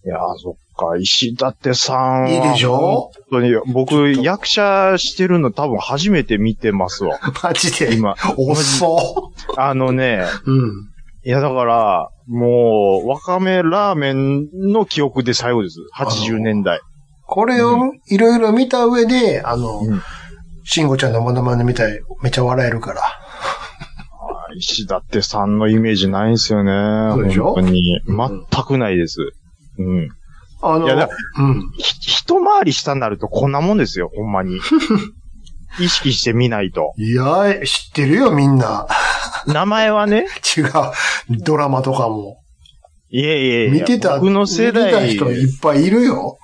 いやー、そっか、石立さんは。いいでしょ本当に、僕、ちょっと役者してるの多分初めて見てますわ。マジで。今。おっそ。あのね、うん。いやだから、もう、わかめラーメンの記憶で最後です。80年代。これをいろいろ見た上で、あのうん、慎吾ちゃんのモノマネみたい、めっちゃ笑えるから。石立さんのイメージないんすよね。そうでしょ本当に。うん全くないです。うん。あの、いやだうん。ひ一回り下になるとこんなもんですよ、ほんま に。意識してみないと。いや、知ってるよ、みんな。 名前はね、違う。ドラマとかも。いえいえいえ。見てた、僕の世代。見てた人いっぱいいるよ。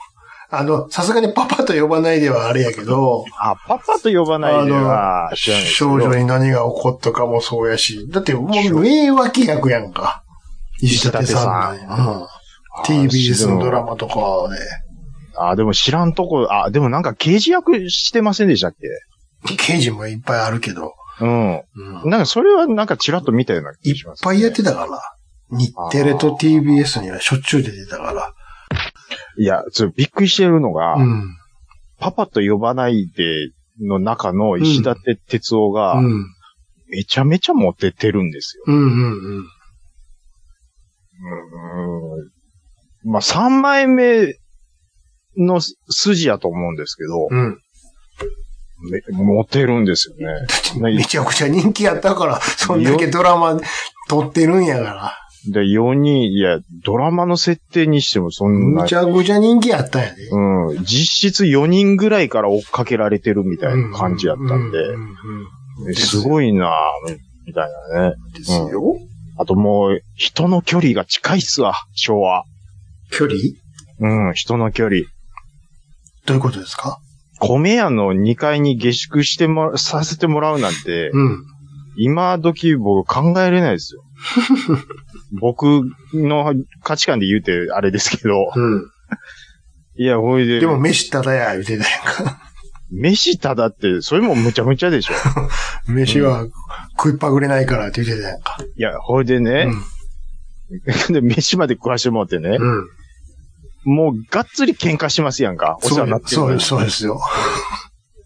あの、さすがにパパと呼ばないではあれやけど、あ、パパと呼ばないではあ、の、知らないですけど少女に何が起こったかもそうやし、だってもう名脇役やんか。石立さん石立の。うんあ TBS のドラマとかで、あ、でも知らんとこ、あ、でもなんか刑事役してませんでしたっけ刑事もいっぱいあるけど、うん。うんなんかそれはなんかチラッと見たような気いっがします、ぱいやってたから。日テレと TBS にはしょっちゅう出てたかいや、ちょっとびっくりしてるのが、ら。うん。パパと呼ばないでの中の石立哲夫が、うん。めちゃめちゃモテてるんですよ。うんうんうん。うん。まあ、3枚目の筋やと思うんですけど、うん。めモテるんですよ ね。めちゃくちゃ人気やったから、そんだけドラマ撮ってるんやかで、4人、いや、ドラマの設定にしてもそら。んなむち、ゃくちゃ人気やったんやで。うん、実質4人ぐらいから追っかけられてるみたいな感じやったんうでう、うんえすごいなぁ、みたいなね。ですよ。あともう、人の距離が近いっすわ、昭和。距離うん、人の距離。どういうことですか米屋の2階に下宿しても、させてもらうなんて、うん。今時僕考えれないで すよ。僕の価値観で言うてあれですけど、うん。いや、ほいで、でも飯ただや、言うてたやんか。飯ただって、それもむちゃむちゃでしょ。飯は食いっぱぐれないからって言うてたやんか。いや、ほいでね、で飯まで食わしてもらってねう、ん。うん。もうがっつり喧嘩しますやんか。お世話になってるそのうにそうですよ。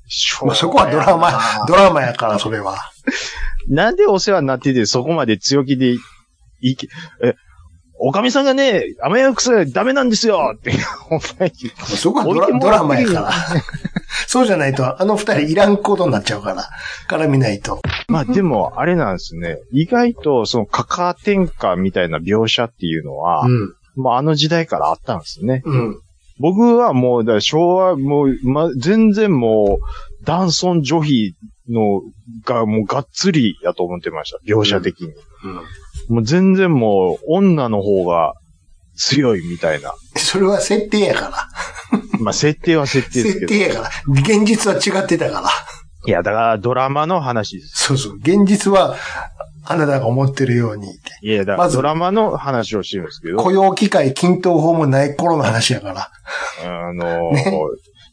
しょうまあそこはドラマ、ドラマやから、それは。なんでお世話になってて、そこまで強気で、いき、え、おかみさんがね、雨やくさダメなんですよって、 ほんまにそこはド置いてラもドらラってマるやから。 そうじゃないと、あの二人いらんことになっちゃうから。から見ないと。まあでも、あれなんですね。意外と、その、カカ転換みたいな描写っていうのは、うん。まああの時代からあったんですね。うん。僕はもう、だから昭和、もう、ま、全然もう、男尊女卑の、が、もうがっつりやと思ってました。描写的に。うんもう全然もう、女の方が強いみたいな。それは設定やから。まあ設定は設定で設すけど。定やから。現実は違ってたから。いや、だからドラマの話です。そうそう。現実は、あなたが思ってるようにって。いや、だかまらずドラマの話をしてるんですけど、雇用機会均等法もない頃の話やから。あのーね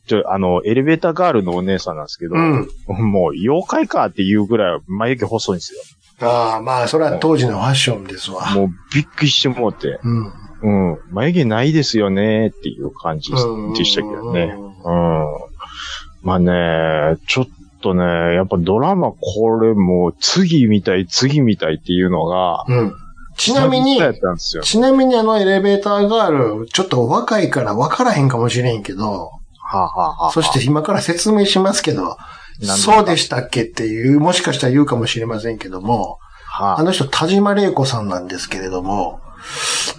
ちょ、あの、エレベーターガールのお姉さんなんですけど、うん。もう、妖怪かっていうぐらい眉毛細いんですよ。ああ、まあ、それは当時のファッションですわ。もう、びっくりしてもうて、うん。うん、眉毛ないですよねっていう感じでしたけどね。うん。まあね、ちょっとね、やっぱドラマこれもう次みたい、次みたいっていうのが、うん。ちなみに久々、やったんですよ。ちなみにあのエレベーターガール、ちょっと若いから分からへんかもしれんけど、はあ、はあはあ、そして今から説明しますけど、ですかそうでしたっけっていう、もしかしたら言うかもしれませんけども、はああ、の人田島玲子さんなんですけれども、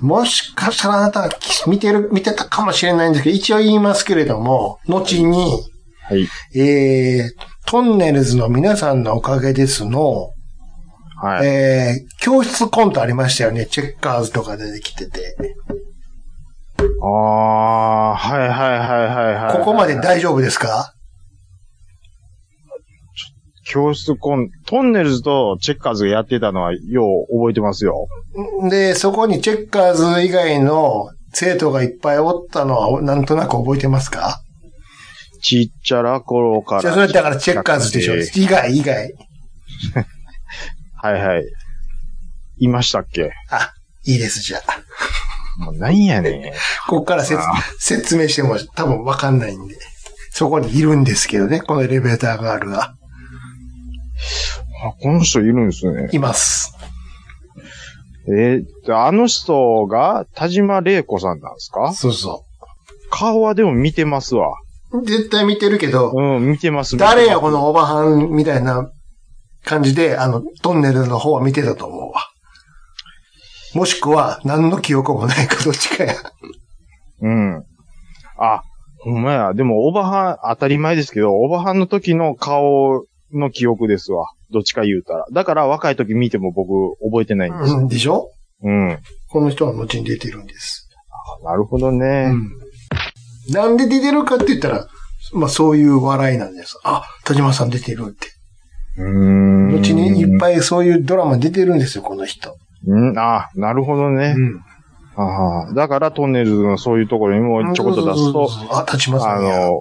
もしかしたらあなたが見てる、見てたかもしれないんですけど、一応言いますけれども、後に、はい。えー、トンネルズの皆さんのおかげですの、はい。えー、教室コントありましたよね。チェッカーズとか出てきてて。ああ、はいはいはいはいはい。ここまで大丈夫ですか教室コン、トンネルズとチェッカーズがやってたのはよう覚えてますよ。で、そこにチェッカーズ以外の生徒がいっぱいおったのは、なんとなく覚えてますかちっちゃら頃から。じゃあそれだからチェッカーズでしょ。以外、以外。はいはい。いましたっけあ、いいです、じゃあ。もうなんやねここから説あ説明しても多分わかんないんで。そこにいるんですけどね、このエレベーターガールが。ん。あ、この人いるんですね。います。えーあの人が田島玲子さんなんですかそうそ顔はでも見てますわ。う。絶対見てるけど、うん、見てます。見てます誰やこのオバハンみたいな感じで、あの、トンネルの方は見てたと思うわ。もしくは、何の記憶もないかどっちかや。うん。あ、ほんまや。でも、オバハン、当たり前ですけど、オバハンの時の顔の記憶ですわ。どっちか言うたら。だから、若い時見ても僕、覚えてないんです。うん、でしょうん。あこの人は後に出てるんです。なるほどうね。ん。なんで出てるかって言ったら、まあそういう笑いなんです。あ、田島さん出てるって。うーん。後にいっぱいそういうドラマ出てるんですよ、この人。うん、あ、なるほどね。ん。ああだから、トンネルズのそういうところにもちょこっと出すそう、とそうそうそうあ、田島さんやっ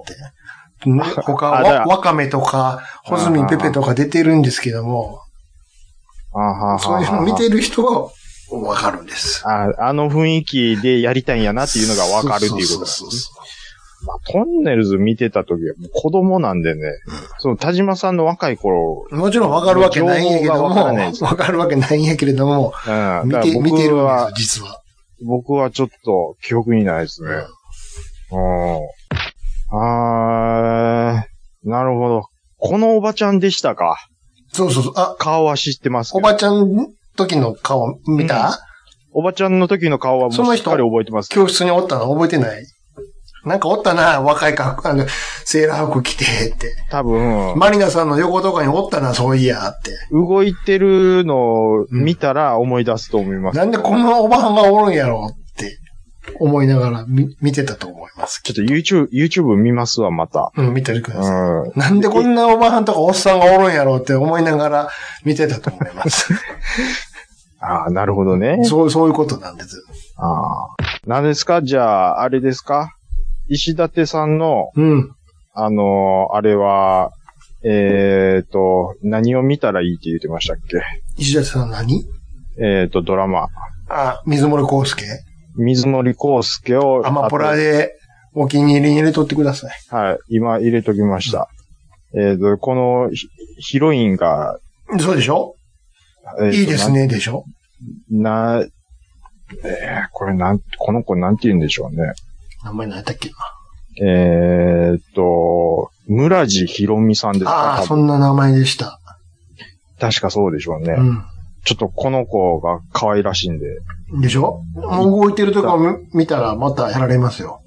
て。ね他、あだからわわかめとか、ホズミンペペとか出てるんですけども、あはははそういうのを見てる人はわかるんです。あ、あの雰囲気でやりたいんやなっていうのがわかるっていうことなんですそうそうそねうそまあトンネルズ見てた時はもう子供なんでね、その田島さんの若い頃、うもちろんわかるわけないんやけど情報も、がわからないですわかるわけないんやけれども、うん、見だからて、見てるん僕では、す、実は。僕はちょっと記憶にないですね。うん。あー、なるほど。このおばちゃんでしたか。そうそうそう。あ、顔は知ってますけおど。ばちゃん時の顔見た、おばちゃんの時の顔はもそうのしっ人かり覚えてますけど。教室におったの覚えてないなんかおったな、若い格好、あの、セーラー服着て、って。多分、マリナさんの横とかにおったな、そういや、って。動いてるのを見たら思い出すと思います。なんでこんなおばはんがおるんやろうって思いながら見見てたと思います。ちょっと YouTube、YouTube 見ますわ、また。うん、見ててください。うん。なんでこんなおばはんとかおっさんがおるんやろうって思いながら見てたと思い ます。 ああ、なるほどね。そう、そういうことなんです。ああ。何ですかじゃあ、あれですか石立さんの、うん。あのーあれは、えっ、と、何を見たらいいって言ってましたっけ石田さん何えっ、と、ドラマ。あ、水森康介。水森康介を。アマポラでお気に入りに入れとってください。あとはい、今入れときました。えっ、と、このヒヒロインが、そうでしょえーといいです。ね、でしょな、なえーこれなん、この子なんて言うんでしょうね。名前何やったっけなえっ、と、村地ひろみさんですかああ、多そ分んな名前でした。確かそうでしょうね。うちょっとこの子が可愛らしいんで、ん。でしょもう動いてるとこ見見たらまたやられますよ。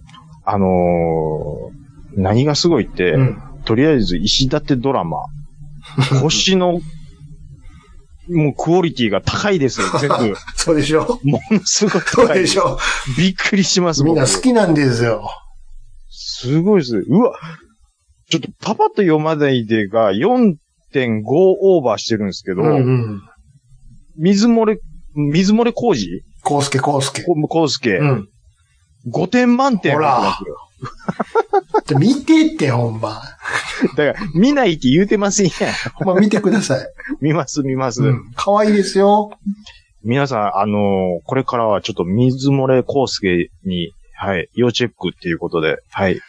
あのー何がすごいって、うん。とりあえず石立 ドラマ、星の、もうクオリティが高いですよ、全部。 そうでしょものすごいそう高いで。しょびっくりします、みんな僕好きなんですよ。すごいです。うわちょっとパパと読まないでが4.5オーバーしてるんですけど、うんうん。水漏れ、水漏れ工事コウスケ、コウスケ。こ康介、うん。 5点満点ほら入ってますよじゃあ見てって、ほんま。だから、見ないって言うてませんやん。ほんま見てください。見ます、見ます。うん。可愛いですよ。皆さん、あのーこれからはちょっと水漏れ康介に、はい、要チェックっていうことで、はい。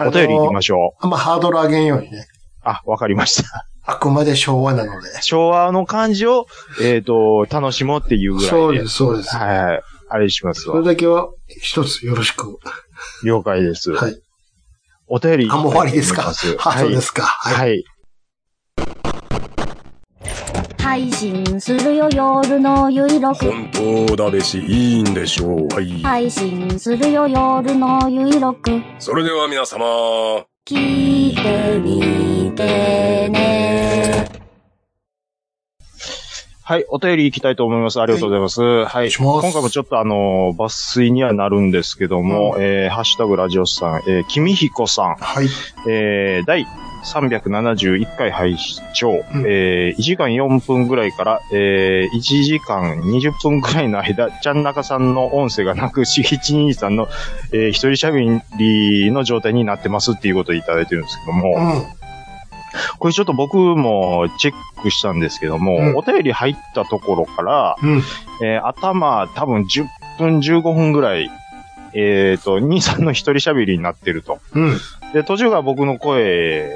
お便り行きましょう。あんまハードル上げんようにね。あ、わかりました。 あくまで昭和なので。昭和の感じを、えっ、と、楽しもうっていうぐらいで。そうです、そうです。はいはい。あれしますそわれ。だけは一つよろしく。了解です。はい。お便り。あ、もう終わりですか。あ、はそういで。すか。はい。はい。配信するよ夜のゆいろく本当だべし、いいんでしょう。はい。配信するよ夜のゆいろくそれでは皆様。聞いてみてねはい、お便り行きたいと思います。ありがとうございます。はい。いします今回もちょっとあのー抜粋にはなるんですけども、うえー、ハッシュタグラジオスさん、えー、君彦さん、はい。えー、第371回配信、んえー、1時間4分ぐらいから、えー、1時間20分ぐらいの間、ちゃんなかさんの音声がなく、し ぎちにいさんの、えー、一人喋りの状態になってますっていうことをいただいてるんですけども、うこれちょっと僕もチェックしたんですけども、うんお便り入ったところから、ん。うん。えー頭多分10分15分ぐらい、えっ、と、兄さんの一人喋りになってると。うん。で、途中が僕の声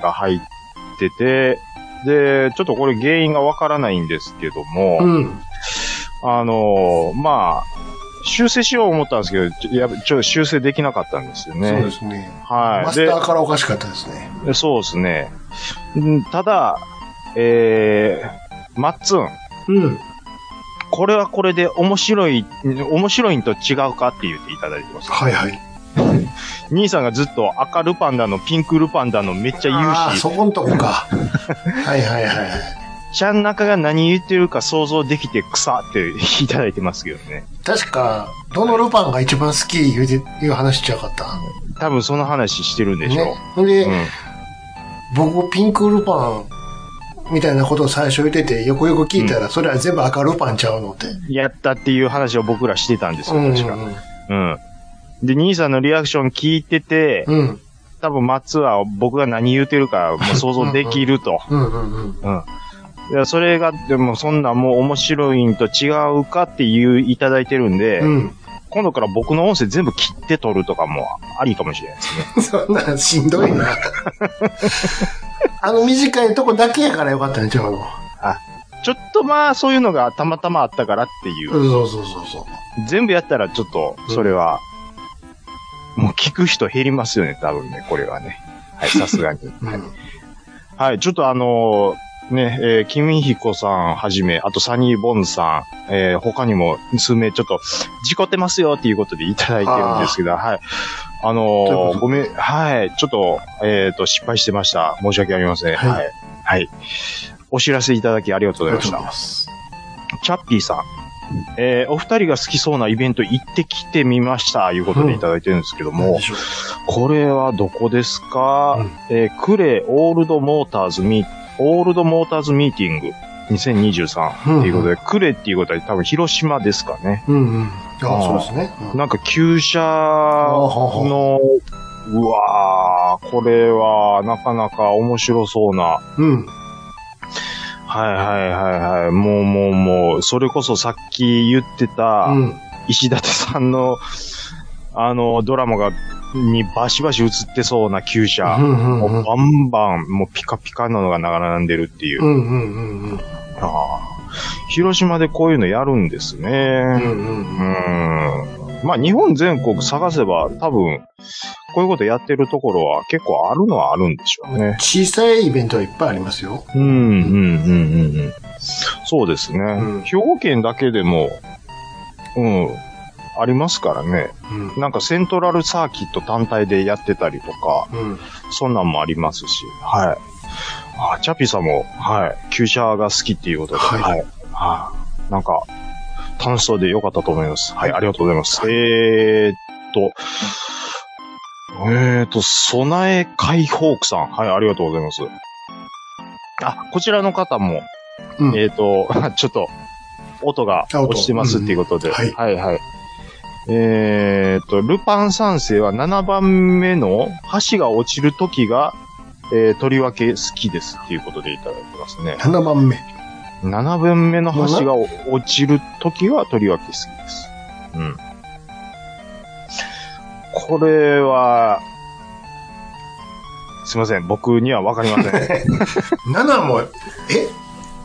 が入ってて、で、ちょっとこれ原因がわからないんですけども、うん。あのーまあ、修正しよう思ったんですけど、ちょやっぱちょっと修正できなかったんですよそうでね。すね。はい。マスターからおかしかったですね。そうですね。んただ、えー、マッツン、うん。これはこれで面白い、面白いんと違うかって言っていただいてます。はいはい。兄さんがずっと赤ルパンダのピンクルパンダのめっちゃああ、言うしそ、こんとこ か。はいはいはいはい。ちゃん中が何言ってるか想像できて草っていただいてますけどね。確か、どのルパンが一番好き言うて、いう話しちゃうかった。多分その話してるんでしょう。ね。ほんで、うん僕、ピンクルパンみたいなことを最初言ってて、よくよく聞いたら、それは全部赤ルパンちゃうのって。やったっていう話を僕らしてたんですうよ、ん。確か。うん。で、兄さんのリアクション聞いてて、うん。多分松は僕が何言ってるかもう想像でき ると。うんうんうん。いや、それが、でも、そんなもう面白いんと違うかっていう、いただいてるんで、うん。今度から僕の音声全部切って撮るとかもありかもしれないですね。そんなんしんどい な。あの短いとこだけやからよかったね、ちゃうの。ちょっとまあ、そういうのがたまたまあったからっていう。そうそうそうそう。全部やったらちょっと、それは、もう聞く人減りますよね、多分ね、これはね。はい、 さすがに。うはいん。はい、ちょっとあのーね、えー、君彦さんはじめ、あとサニーボンさん、えー他にも数名ちょっと、事故ってますよっていうことでいただいてるんですけど、はい。あというこのとーでごめん、はい、ちょっと、えっ、と、失敗してました。申し訳ありません。はいはい。はい。お知らせいただきありがとうあごりざいがまとうしございた。ます。チャッピーさん。えーお二人が好きそうなイベント行ってきてみました、いうことでいただいてるんですけども、何でしょうこれはどこですか、えークレーオールドモーターズミー、オールドモーターズミーティング2023っていうことで、クレーっていうことは多分広島ですかね。うんうん。ああ、そうですね。なんか旧車の、うわー、これはなかなか面白そうな。うん。うんはいはいはいはい。もうもうもう、それこそさっき言ってた、うん。石立さんの、あの、ドラマが、にバシバシ映ってそうな旧車。うんもうんう。うんバンバン、もうピカピカなのが並んでるっていう。うんうんうんうん。ああ広島でこういうのやるんですうんね。うんううん。ん。まあ日本全国探せば多分、こういうことやってるところは結構あるのはあるんでしょうね。小さいイベントはいっぱいありますよ。うん、うん、うん、うんうん。そうですね、うん兵庫県だけでも、うん、ありますからね。うん。なんかセントラルサーキット単体でやってたりとか、うん。そんなんもありますし、はい。あ、チャピさんも、はい、旧車が好きっていうことで、はいはい。はいなんか、楽しそうで良かったと思います。はい、ありがとうございます。えーっと、えーっと、備え解放区さん。はい、ありがとうございます。あ、こちらの方も、うん えーっと、ちょっと、音があ音落ちてますっていうことで、うんうんはい、はい。えーっと、ルパン三世は7番目の箸が落ちる時が、えーとりわけ好きですっていうことでいただいてますね。 7番目。 7分目の箸が落ちるときはとりわけ好きです。うん。これは、すいません。僕にはわかりません。 7も、え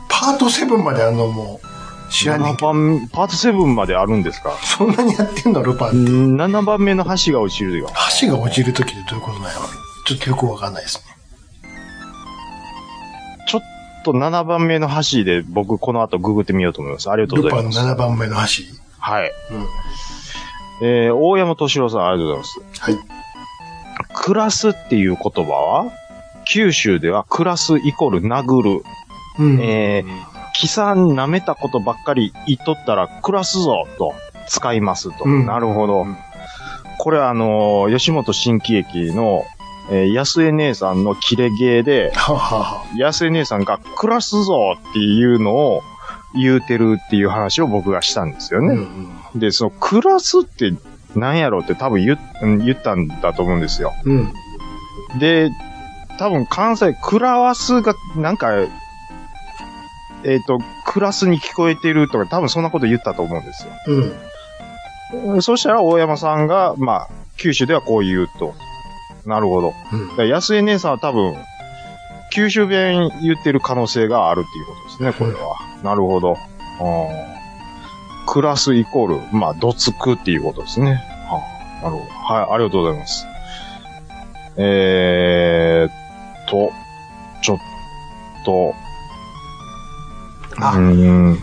パート7まであんのもう、 知らねえ7けど。番、パート7まであるんですかそんなにやってんのルパンって。 ?7 番目の箸が落ちるよ。箸が落ちるときってどういうことなんやろちょっとよくわかんないですね。ちょっと7番目の箸で僕この後ググってみようと思います。ありがとうルござパいンます。 7番目の箸。はい。うん。えー、大山敏郎さん、ありがとうございます。はい。暮らすっていう言葉は、九州では暮らすイコール殴る。うん。えー、貴さん舐めたことばっかり言っとったら暮らすぞと使いますと。うんなるほど。これあのー吉本新喜劇の、えー安江姉さんのキレゲーで、はあはあはあ安江姉さんが暮らすぞっていうのを言うてるっていう話を僕がしたんですようんね。うん。で、その暮らすって何やろうって多分言っうん言ったんだと思うんですよ。うん。で、多分関西、クラワスが、なんか、えっ、と、クラスに聞こえてるとか、多分そんなこと言ったと思うんですうん。よ。そしたら大山さんが、まあ、九州ではこう言うと。なるほど。うんだから安江姉さんは多分、九州弁言ってる可能性があるっていうことですね、これは。なるほど。うんクラスイコール、まあ、どつくっていうことですね。はあ、なるほど。はい、ありがとうございます。えーっと、ちょっと、あうーん、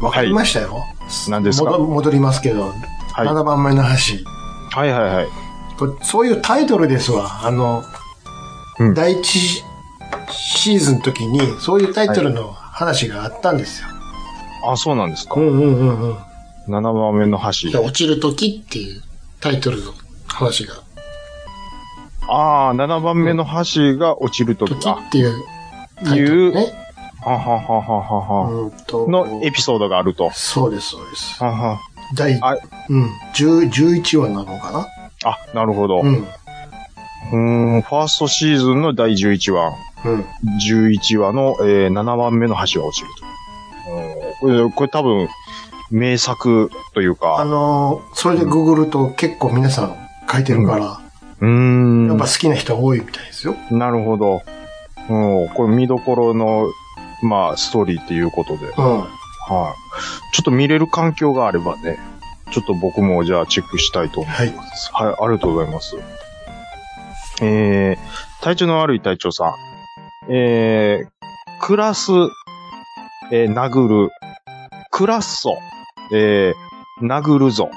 わかりましたよ。何ですか戻戻りますけど、はい7番目の箸。はいはいはい。これそういうタイトルですわ。あの、うん第一シーズンの時に、そういうタイトルの話があったんですよ。あ、そうなんですか。うんうんうんうん。 7番目の箸。落ちるときっていうタイトルの話が、ああ、7番目の箸が落ちるときと。きあっていうタイトルね。はははははは。うんとのエピソードがあると。そうです、そうです。はは第、あうん、10 11話なのかあ、なるほど。なううん。ーん、ファーストシーズンの第11話、うん。 11話の、えー7番目の橋が落ちると。うんこれこれ多分、名作というあか、のーそれでググると結構皆さん書いてるから、うーん、やっぱ好きな人多いみたいですよ。なるほど。うん、これ見どころの、まあ、ストーリーっていうことで、はい、うん。ちょっと見れる環境があればね、ちょっと僕もじゃあチェックしたいと思いますはい。はい、ありがとうございます。えー、体調の悪い隊長さん。えー、暮らす、えー、殴る、暮らっそ、えー、殴るぞ、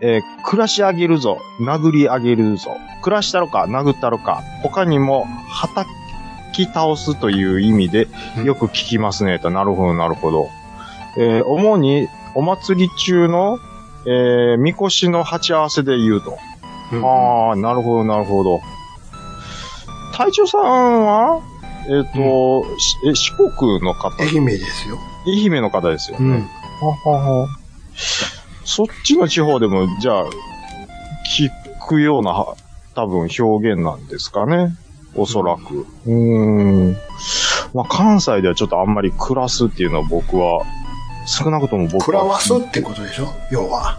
えー、暮らし上げるぞ、殴り上げるぞ、暮らしたろか、殴ったろか、他にも、叩き倒すという意味で、よく聞きますね、と。なるほど、なるほど。えー、主に、お祭り中の、えー、みこしの鉢合わせで言うと。うんああ、なるほど、なるほど。隊長さんは、えっ、と、しえ四国の方、愛媛ですよ。愛媛の方ですようね。ん。はははそっちの地方でも、じゃあ、聞くような、は多分表現なんですかね。おそらく。うーん。まあ、関西ではちょっとあんまり暮らすっていうのは僕は、少なくとも僕食らは。わすってことでしょ要は。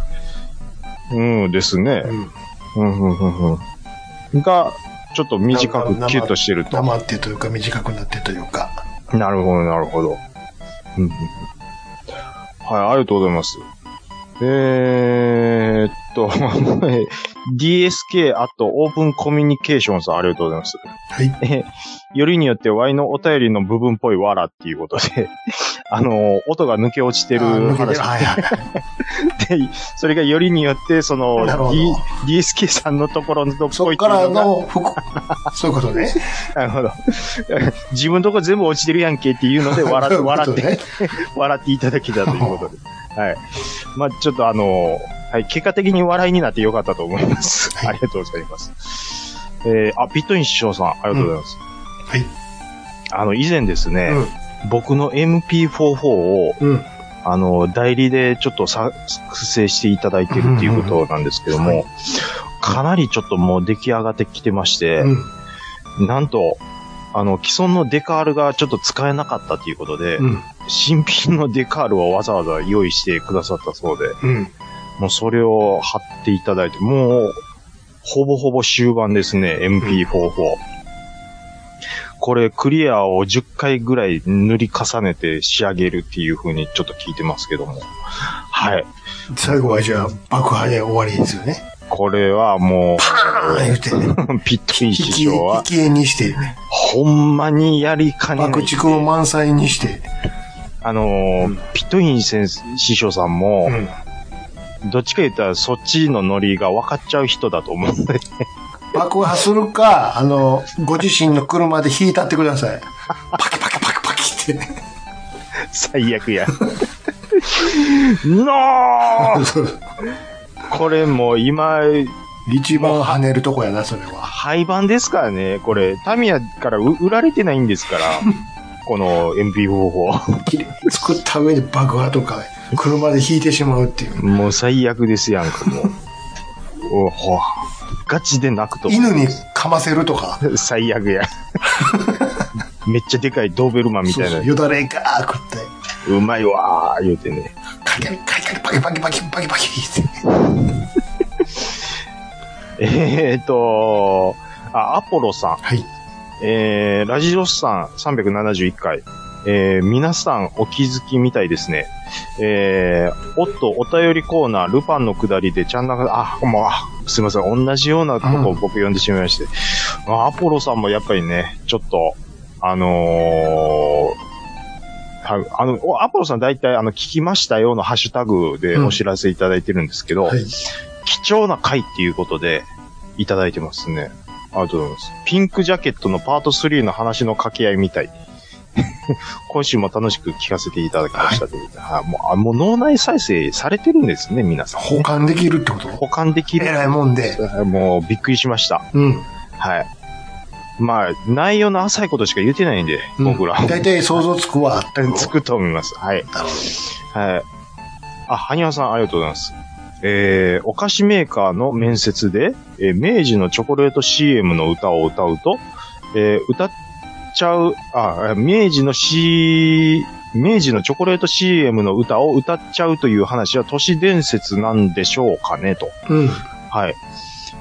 うんですね。うん。うん、うん、うん、うん。が、ちょっと短くなキュッとしてると。黙ってというか短くなってというか。なるほど、なるほど。うんうんうんはい、ありがとうございます。えーっと、DSK あとオープンコミュニケーションさんありがとうございます。はい。よりによって Y のお便りの部分っぽいわらっていうことで、 あの、音が抜け落ちてるあー抜けて話るはい はい。で、それがよりによって、そのなるほ、ど D、DSK さんのところのとこそいっってかいうらのがの服、そういうことね。なるほど。 自分のとこ全部落ちてるやんけっていうので笑って、笑って、笑っていただけたということで。はい。まあ、ちょっとあのはい、結果的に笑いになってよかったと思います。はいありがとうございます。えー、あ、ピットイン師匠さん、ありがとうございます。はい。あの、以前ですね、僕の MP44 を、うん。あの、代理でちょっと作成していただいてるっていうことなんですけどうんうんうんも、かなりちょっともう出来上がってきてまして、うん。なんと、あの、既存のデカールがちょっと使えなかったということで、うん。新品のデカールをわざわざ用意してくださったそうで、うん。もうそれを貼っていただいて、もう、ほぼほぼ終盤ですね、MP44。これ、クリアを10回ぐらい塗り重ねて仕上げるっていう風にちょっと聞いてますけども。はい。最後はじゃあ、爆破で終わりですよね。これはもああ、言うて、ね、う、 ピットフィン引師き、匠引は、き絵にして、ね、ほんまにやりかねな爆い。竹を満載にして、あのーうんピットイン先生師匠さんも、うん。どっちか言ったらそっちのノリが分かっちゃう人だと思うんで、爆破するか、あの、ご自身の車で引いたってください。パキパキパキパキって、ね。最悪や。のーそうこれもう今、一番跳ねるとこやな、それは。廃盤ですからね。これ、タミヤからう売られてないんですから。この MP 方法。きれいに作った上で爆破とか、車で引いてしまうっていう。もう最悪ですやんか、もう。おほガチで泣くと思う。犬に噛ませるとか、最悪や。めっちゃでかいドーベルマンみそたういな。そううよだれがー食って、まいわー、言うてね。カリカリカリカリパキパキパキパキパキって。えーと、あ、アポロさん。はい。えー、ラジオスさん371回。えー、皆さんお気づきみたいですね。えー、おっと、お便りコーナー、ルパンの下りで、ちゃんなか、あ、もう、あすいません、同じようなとこうをん僕呼んでしまいまして。あアポロさんもやっぱりね、ちょっと、あのー、はい、あの、おアポロさん大体、あの、聞きましたよのハッシュタグでお知らせいただいてるんですけど、はい。貴重な回っていうことで、いただいてますね。ありがとうございます。ピンクジャケットのパート3の話の掛け合いみたい。 今週も楽しく聞かせていただきましたということで、はいもうあ。もう脳内再生されてるんですね、皆さん。保管できるってこと保管できえる。らいもんで。もうびっくりしました。うん。はい。まあ、内容の浅いことしか言ってないんで、うん僕ら。大体想像つくわ。つくと思います。はい。なるほはい。あ、はにわさん、ありがとうございます。えー、お菓子メーカーの面接で、えー明治のチョコレート CM の歌を歌うと、えー歌っちゃう、あ、明治の C、明治のチョコレート CM の歌を歌っちゃうという話は都市伝説なんでしょうかね、と。うん。はい。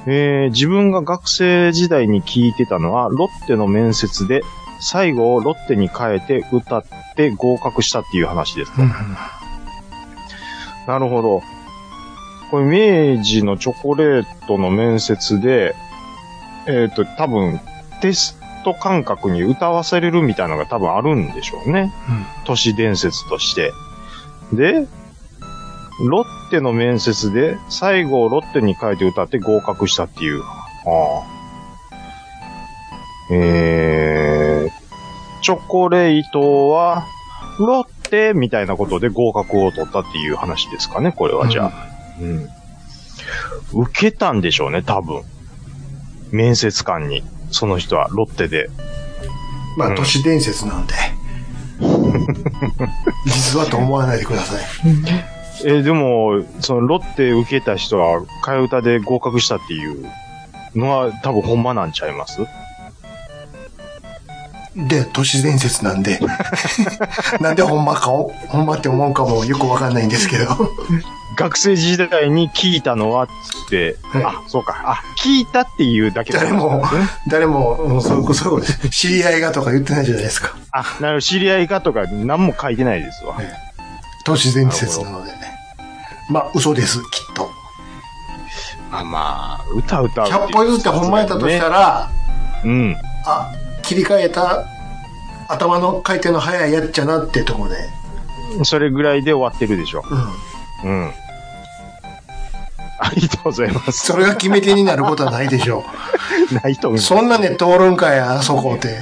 えー自分が学生時代に聞いてたのは、ロッテの面接で、最後をロッテに変えて歌って合格したっていう話です。うん。なるほど。これ、明治のチョコレートの面接で、えっ、と、多分、テスト感覚に歌わせれるみたいなのが多分あるんでしょうね。都市伝説として。で、ロッテの面接で、最後をロッテに変えて歌って合格したっていう。ああ。えー、チョコレートは、ロッテみたいなことで合格を取ったっていう話ですかね、これはじゃあ。うん。受けたんでしょうね、多分。面接官に。その人は、ロッテで。まうあ、ん都市伝説なん で。実はと思わないでください。えーでも、その、ロッテ受けた人は、替え歌で合格したっていうのは、多分ほんまなんちゃいますで、都市伝説なん で。なんでほんまかを、ほんまって思うかもよくわかんないんです けど。学生時代に聞いたのは、つって、いあ、そうか、あ、聞いたっていうだけだったんですね。誰も、うんそうそうです知り合いがとか言ってないじゃないですか。あ、なるほど知り合いかとか、何も書いてないですわ。都市伝説なのでね。まあ、嘘です、きっと。あまあ、歌歌うっていう。 100歩譲ってほんまやったとしたら、うん。あ、切り替えた頭の回転の速いやっちゃなってとこで。それぐらいで終わってるでしょ。うん。うん。ありがとうございます。それが決め手になることはないでしょ ないと思う。う。そんなんで通るんかや、あそこって。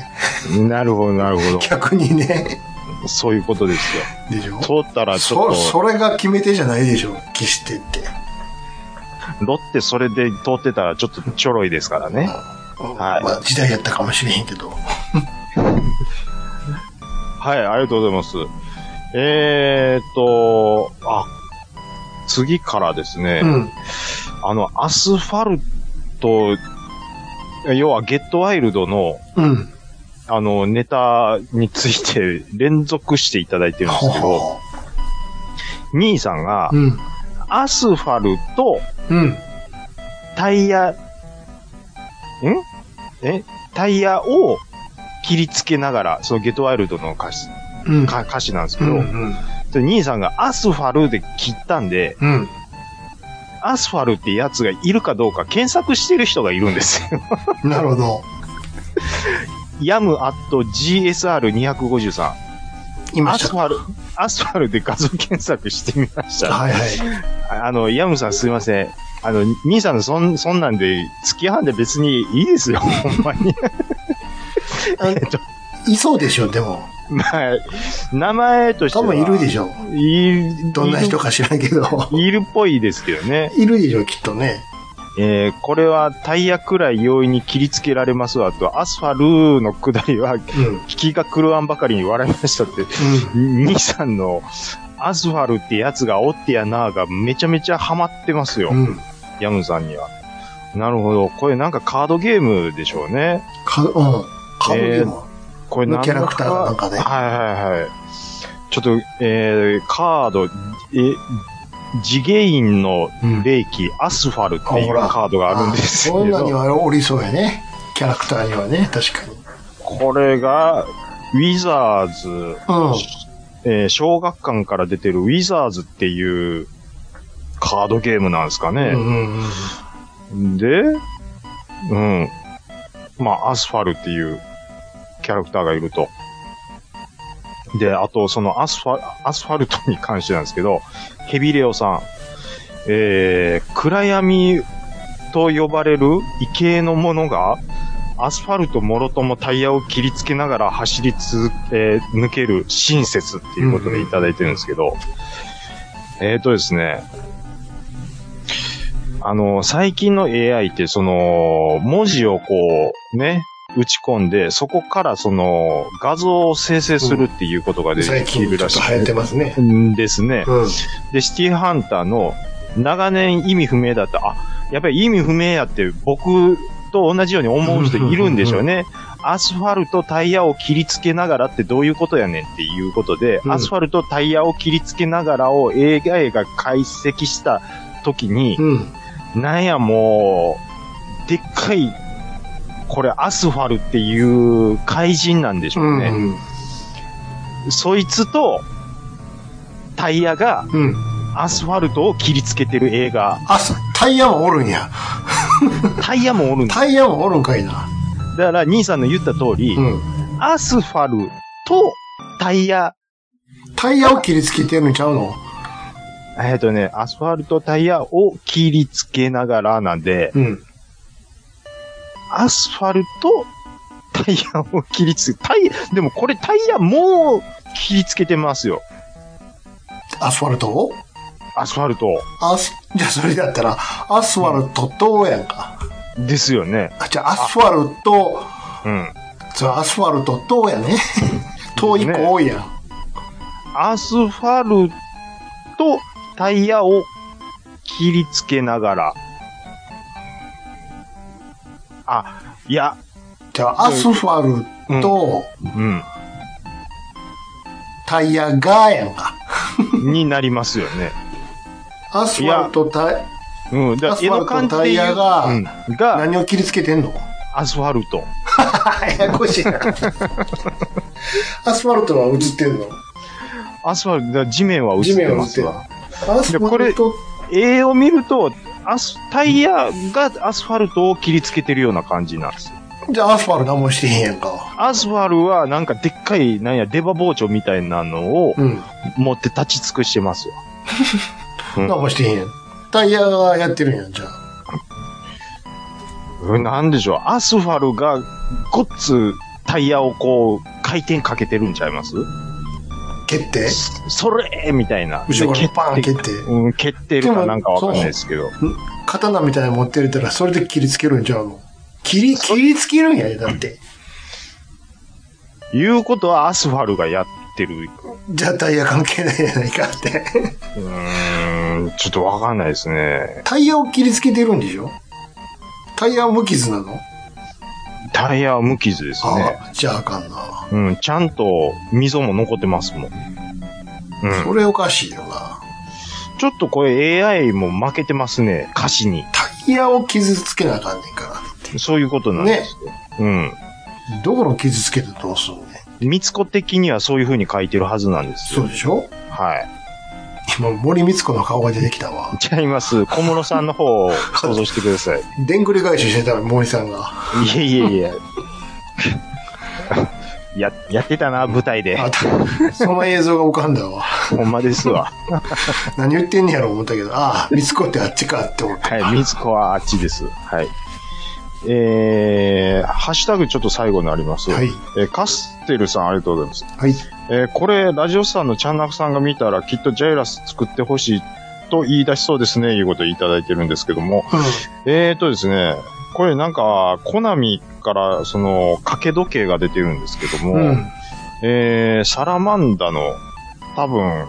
なるほど、なるほ逆にね。 ど。そういうことですよ。でしょ通ったらちょっそ、と。それが決め手じゃないでしょ決してって。ロッテそれで通ってたらちょっとちょろいですからね。はいまあ、時代やったかもしれへんけど。はい、ありがとうございます。えーっと、あ、次からですね、うん。あの、アスファルト、要はゲットワイルドの、うん。あの、ネタについて連続していただいてるんですけど、ほ兄さんがう。、うん。アスファルト、うん。タイヤ、んえタイヤを切りつけながら、そのゲットワイルドの歌詞、うん。か歌詞なんですけうど、ん。うん。で兄さんがアスファルで切ったんで、うん。アスファルってやつがいるかどうか検索してる人がいるんですよ。 なるほど。ヤムアット GSR253。いまアしスフた。ァル、アスファルで画像検索してみました。はいはい。あの、ヤムさんすいません。あの、兄さんのそん、そんなんで、付き合うんで別にいいですよ、 ほんまに。いそうでしょ、でも。まあ、名前として多は。分いるでしょ。いどんな人か知らんけど。いるっぽいですけどね。いるでしょ、きっとね。えーこれはタイヤくらい容易に切りつけられますわと、アスファルの下りは、うん。うん。気が狂わんばかりに笑いましたって、兄さんの、アスファルってやつがおってやなーがめちゃめちゃハマってますよ。うん。ヤムさんには。なるほど。これなんかカードゲームでしょうね。か、うん。カードゲームはこれなんキャラクターなんかねはいはいはい。ちょっと、えー、カード、え、次元のうん霊気、アスファルっていうあほらカードがあるんですけあそんなにど、はおりそうやね。キャラクターにはね、確かに。これが、ウィザーズ、うえー小学館から出てるウィザーズっていうカードゲームなんですかん。うんね。うんうん。で、うん。まあ、アスファルっていうキャラクターがいると。で、あと、そのアスファ、アスファルトに関してなんですけど、ヘビレオさん、えー、暗闇と呼ばれる異形のものが、アスファルトもろともタイヤを切りつけながら走り続け、抜ける親切っていうことでいただいてるんですけど、えーとですね、あの、最近の AI って、その、文字をこう、ね、打ち込んで、そこからその、画像を生成するっていうことがで最き近るちょらっしと流行っいてますね。んですね。うん。で、シティハンターの長年意味不明だった、あ、やっぱり意味不明やって僕と同じように思う人いるんでしょうね。アスファルトタイヤを切りつけながらってどういうことやねんっていうことで、うんアスファルトタイヤを切りつけながらを AI が解析した時に、うん。なんやもう、でっかい、これアスファルっていう怪人なんでしょう。うんね。うん。そいつと、タイヤがうん。アスファルトを切りつけてる映画。あ、そタイヤもおるんや。タイヤもおるんだ。タイヤもおるんかいな。だから、兄さんの言った通り、うん。アスファルとタイヤ、タイヤを切りつけてるんちゃうのえっ、とね、アスファルトタイヤを切りつけながらなんで、うん。アスファルとタイヤを切りつけ、タイ、でもこれタイヤもう切りつけてますよ。アスファルトをアスファルト。アス、 じゃあそれだったら、アスファルトとやんか。ですよね。あ、じゃあアスファルト、うん。それアスファルトと やね。と一個多いやん。アスファルとタイヤを切りつけながら。あ、いや、じゃあアスファルト、うん。タイヤがやんか。になりますよね。アスファルトタイ、うん。だアスファルトタイヤがうん、が、何を切りつけてんのアスファルト。ややこしいな。 アスファルトは映ってんのアスファルトだ、地面は映地って面はま映っすてんのわア。スファルト、絵を見ると、アス、タイヤがアスファルトを切りつけてるような感じなんですよ。じゃあアスファルト何もしてへんやんか。アスファルはなんかでっかい、なんや、出刃包丁みたいなのをうん。持って立ち尽くしてますよ。何もしてへんやん。タイヤがやってるんやん、じゃあ。うんなんでしょう、アスファルがごっつタイヤをこう、回転かけてるんちゃいます蹴って、それみたいな。後ろからパーン蹴って、うん、蹴ってるかなんかわかんないですけど。刀みたいなの持ってるたら、それで切りつけるんちゃうの切り、切りつけるんやで、だって。いうことはアスファルがやっってる。じゃあタイヤ関係ないやないかって。 うーん、ちょっとわかんないですね。タイヤを切りつけてるんでしょタイヤは無傷なの、タイヤは無傷ですね。ああ、じゃああかんな。うん、ちゃんと溝も残ってますもん。うん。それおかしいよな。ちょっとこれ AI も負けてますね。歌詞に。タイヤを傷つけなあかんねんかそういうことなんですよ。ら。どこの傷つけてどうすんねん。うん。三つ子的にはそういう風に書いてるはずなんですそよ。うでしょはい。今、森光子の顔が出てきたわ。ちゃいます。小室さんの方を想像してください。でんぐり返ししてたら森さんが。いやいやいや。 や、やってたな、舞台で。あたその映像が浮かんだわ。ほんまですわ。何言ってんねやろ思ったけど、ああ、光子ってあっちかって思った。はい、みずこはあっちです。はい。えー、ハッシュタグちょっと最後になります。はい。えーカステルさんありがとうございます。はい。えーこれ、ラジオスさんのチャンナクさんが見たら、きっとジャイラス作ってほしいと言い出しそうですね、いうことをいただいてるんですけども。えーとですね、これなんか、コナミから、その、掛け時計が出てるんですけども、うん。うん。えー、サラマンダの、多分、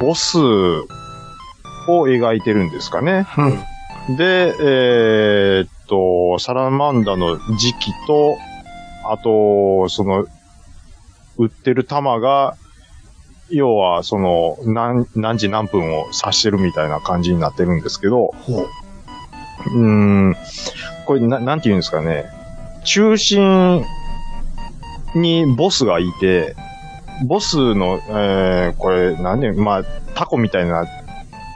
ボスを描いてるんですかね。うん。で、えーっと、サラマンダの時期と、あと、その、売ってる玉が、要は、その、何、何時何分を指してるみたいな感じになってるんですけど、ほう。うーん、これな、なんて言うんですかね。中心にボスがいて、ボスの、えー、これ、なんで、まあ、タコみたいな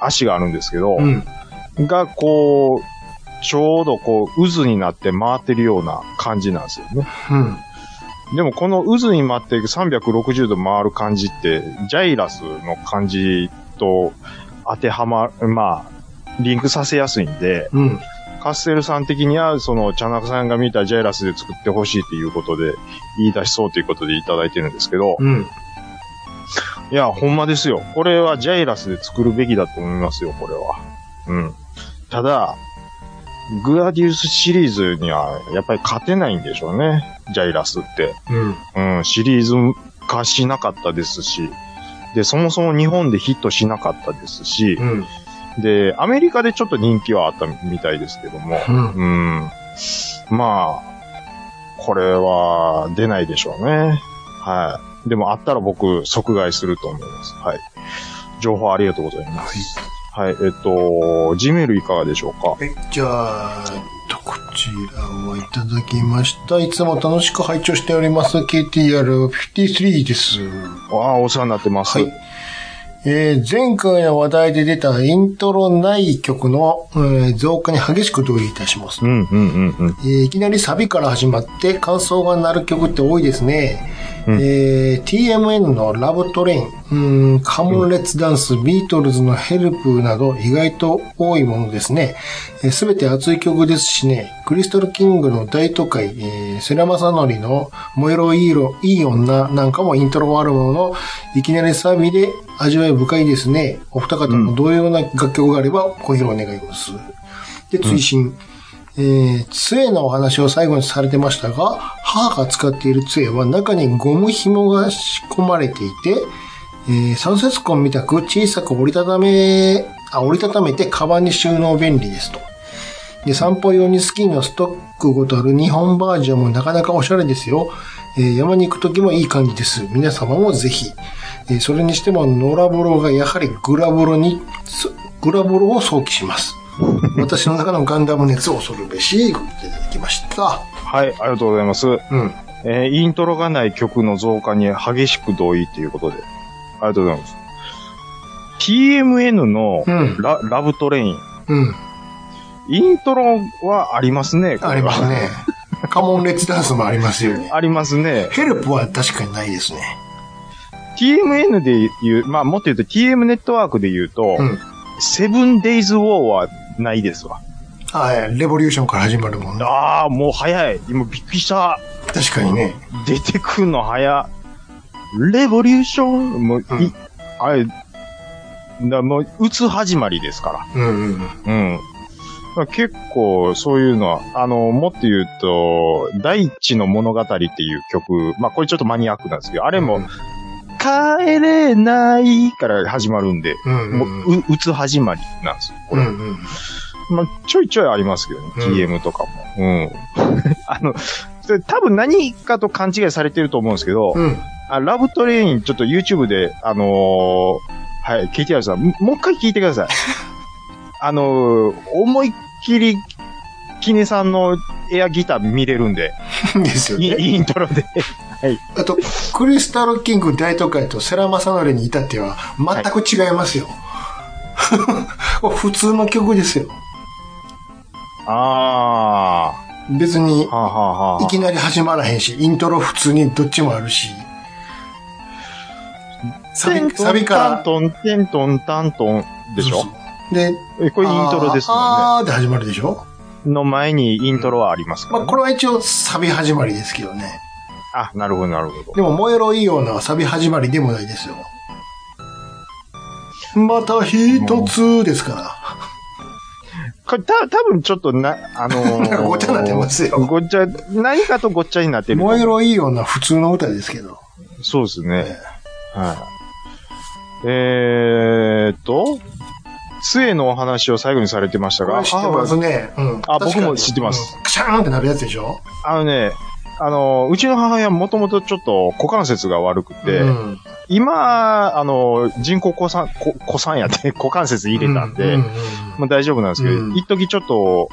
足があるんですけど、うん。が、こう、ちょうどこう、渦になって回ってるような感じなんですよね。うん。でもこの渦に回って360度回る感じって、ジャイラスの感じと当てはま、まあ、リンクさせやすいんで、うん。カステルさん的には、その、チャナカさんが見たジャイラスで作ってほしいということで、言い出しそうということでいただいてるんですけど、うん。いや、ほんまですよ。これはジャイラスで作るべきだと思いますよ、これは。うん。ただ、グラディウスシリーズには、やっぱり勝てないんでしょうね。ジャイラスって。うん。うん、シリーズ化しなかったですし、で、そもそも日本でヒットしなかったですしう、ん。で、アメリカでちょっと人気はあったみたいですけども、うん。うん。まあ、これは出ないでしょうね。はい。でもあったら僕、即買いすると思います。はい。情報ありがとうございます。はい。えっと、G メールいかがでしょうかはい、じゃあ、えっとこちらをいただきました。いつも楽しく拝聴しております。KTR53 です。ああ、お世話になってます。はい。えー前回の話題で出たイントロない曲の、えー増加に激しく同意いたしますう。ん、うん、うん、うん。えーいきなりサビから始まって感想が鳴る曲って多いですね。うんえー TMN のラブトレイン、うん、カモンレッツダンス、ビートルズのヘルプなど意外と多いものですね。す、えー、べ、て熱い曲ですしね、クリストルキングの大都会、えーセラマサノリの燃えろいい色、いい女なんかもイントロアルバムのいきなりサビで味わい深いですね。お二方も同様な楽曲があればご披露願います。で、追伸。えー、杖のお話を最後にされてましたが、母が使っている杖は中にゴム紐が仕込まれていて、えー、サンセスコンみたく小さく折りたため、あ、折りたためてカバンに収納便利ですと。で、散歩用にスキーのストックごとある日本バージョンもなかなかおしゃれですよ。えー山に行く時もいい感じです。皆様もぜひ。えーそれにしても、ノラボロがやはりグラボロに、すグラボロを想起します。私の中のガンダム熱を恐るべし、いただきました。はい、ありがとうございます。うん。えーイントロがない曲の増加に激しく同意ということで。ありがとうございます。TMN のうんラ,、ラブトレイン。うん。イントロはありますね。これはありますね。 カモンレッツダンスもありますよね。ありますね。ヘルプは確かにないですね。 TMN で言う、まあもっと言うと TM ネットワークで言うとう、ん。セブンデイズウォーはないですわ。はい。レボリューションから始まるもんな。ああ、もう早い。今びっくりした。確かにね。出てくんの早。レボリューションもう、ういんあれ、だもう、打つ始まりですかうんうんうん。ら。うん。まあ結構、そういうのは、あの、もっと言うと、第一の物語っていう曲、まあこれちょっとマニアックなんですけど、あれも、帰れないから始まるんで、うんうんもう、う、打つ始まりなんですよ。こうれ。んうん。まあ、ちょいちょいありますけどね、うん TM とかも。うん。 あの、それ多分何かと勘違いされてると思うんですけど、うん。あラブトレイン、ちょっと YouTube で、あのーはい、聞いてください。ももう一回聞いてく ださい。あのー思いっきり、キネさんのエアギター見れるんで、ですよいいね。いいイント ロで。あと、クリスタルキング大都会と世良正則に至っては、全く違いますよ。 普通の曲ですよ。あ別にー、はあ、はあはいあき、なり始まらへんし、イントロ普通にどっちもあるし。サビ、サビから。テントン、テントン、タントンでしそょうそうで、えこれイントロですもあーあーで始まるでしょんね。の前にイントロはありますかまら、あ、ねこれは一応サビ始まりですけどね。あ、なるほど、なるほでも、燃えろいい女はサビ始まりでもないですよ。また一つですから。ど。これ、た、多分ちょっとな、あのーなんか ごっちゃになってますよごっちゃ、何かとごっちゃになってる。燃えろいい女は普通の歌ですけど。そうですねえ。はい。えーっと、杖のお話を最後にされてましたこが、れ知ってますね。うん。確あかに僕も知ってます。うんクシャーンってなるやつでしょ母親あのね、あの、うちの母親もともとちょっと股関節が悪くて、うん今、あの、人工股さん、股股さんやって股関節入れたんで、ううんうんもう大丈夫なんですけど、うん一時ちょっと、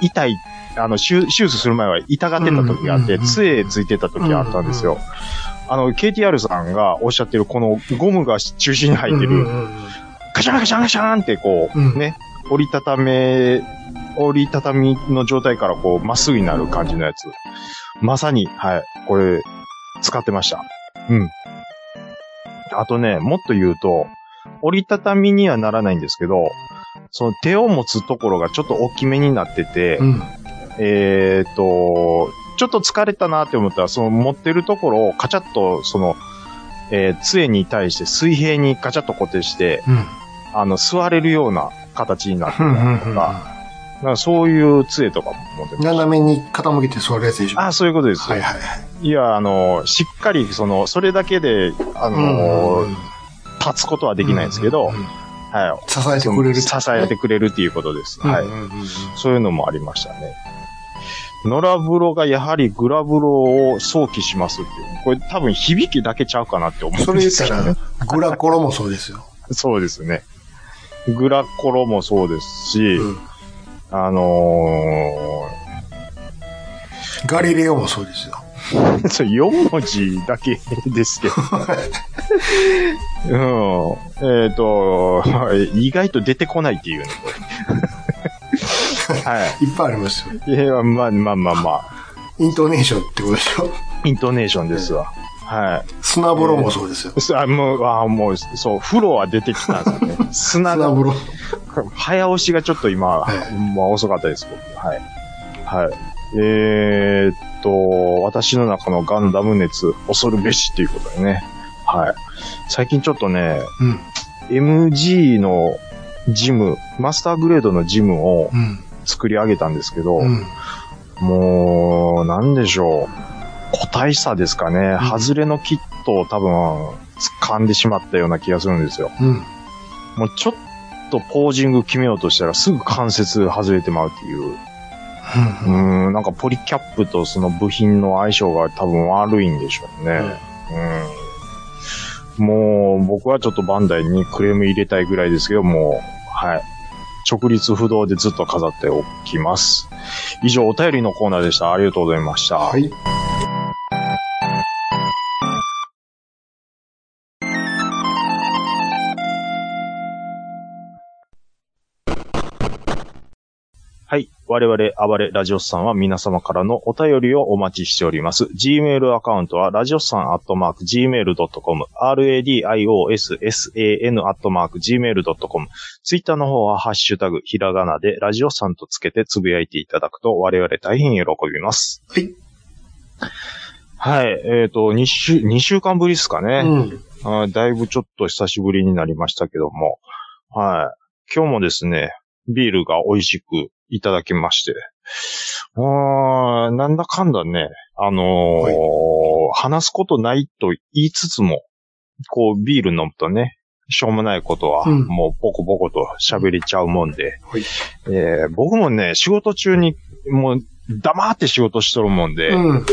痛い、あの、手手術する前は痛がってた時があって、うんうんうん杖ついてた時があったんですよ。あの、KTR さんがおっしゃってる、このゴムが中心に入ってうんうんる、うんカシャンカシャンカシャンってこう、うんね、折りたため、折りたたみの状態からこう、まっすぐになる感じのやつ。まさに、はい、これ、使ってました。うん。あとね、もっと言うと、折りたたみにはならないんですけど、その手を持つところがちょっと大きめになってて、うん。えーっと、ちょっと疲れたなって思ったら、その持ってるところをカチャッと、その、えー杖に対して水平にカチャッと固定して、うん。あの、座れるような形になって うるんうんとうんか、なんかそういう杖とかも持ってます。斜めに傾けて座るやつでしょあ、そういうことです。はいはいはい。い、や、あの、しっかり、その、それだけで、あの、うんうんうん立つことはできないんですけうど、んうんうんはい。支えてくれる。支えてくれるっていうことです。はい。うんうんうんうんそういうのもありましたね。野良風呂がやはりグラ風呂を想起しますっていう。これ多分響きだけちゃうかなって思そうんれで言っすたけど、ね。ら、グラコロもそうですよ。 そうですね。グラコロもそうですし、うんあのガリレオもそうですよ。ー、 そう4文字だけですけど。うん。えっ、と、 意外と出てこないっていうね、これ。はいっぱいありますよ。い。いや、まあまあまあまあ、イントネーションってことでしょ。イントネーションですわ。はい。砂風呂もそうですよ。そうあもう、あもう、そう、風呂は出てきたんですよね。砂砂が、風呂。早押しがちょっと今、はいまあ遅かったです、僕。はい。はい。えー、っと、私の中のガンダム熱、恐るべしっていうことでね。はい。最近ちょっとね、うん。 MG のジム、マスターグレードのジムをうん。作り上げたんですけど、うん。もう、なんでしょう。個体差ですかね。うん外れのキットを多分、掴んでしまったような気がするんですよ。うん。もうちょっとポージング決めようとしたらすぐ関節外れてまうっていう。ううん。ーん、なんかポリキャップとその部品の相性が多分悪いんでしょうね。うん。もう僕はちょっとバンダイにクレーム入れたいぐらいですけど、もう、はい。直立不動でずっと飾っておきます。以上、お便りのコーナーでした。ありがとうございました。はい。はい。我々、暴れラジオスさんは皆様からのお便りをお待ちしております。Gmail アカウントは、ラジオスさんアットマーク Gmail.com、radiossan アットマーク Gmail.com、Twitter の方は、ハッシュタグ、ひらがなで、ラジオスさんとつけてつぶやいていただくと、我々大変喜びます。はい。はい。えっ、と、2週、2週間ぶりですかね。うん。あーだいぶちょっと久しぶりになりましたけども、はい。今日もですね、ビールが美味しくいただきまして、うーんなんだかんだね、あのー話すことないと言いつつも、こう、ビール飲むとね、しょうもないことは、うんもう、ポコポコと喋れちゃうもんで、はいえー僕もね、仕事中に、もう、黙って仕事しとるもんで、うん。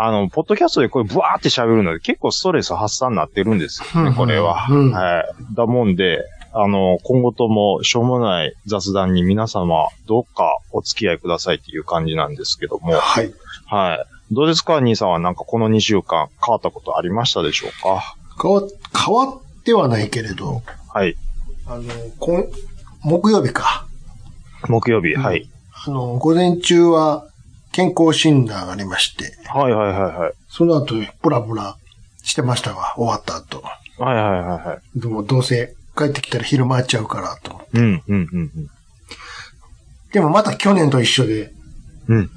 あの、ポッドキャストでこれブワーって喋るので結構ストレス発散になってるんですようんうね、んこれは。うんはい。だもんで、あの、今後ともしょうもない雑談に皆様、どうかお付き合いくださいっていう感じなんですけども、はい。はい。どうですか、兄さんはなんかこの2週間変わったことありましたでしょうか変わ、変わってはないけれど、はい。あの、今、木曜日か。木曜日、はい。あの、午前中は健康診断がありまして、はいはいはいはい。その後、ブラブラしてましたが、終わった後。はいはいはいはい。でも、どうせ帰ってきたら昼回っちゃうからと思って。うん、うん、うん、でも、また去年と一緒で、うん。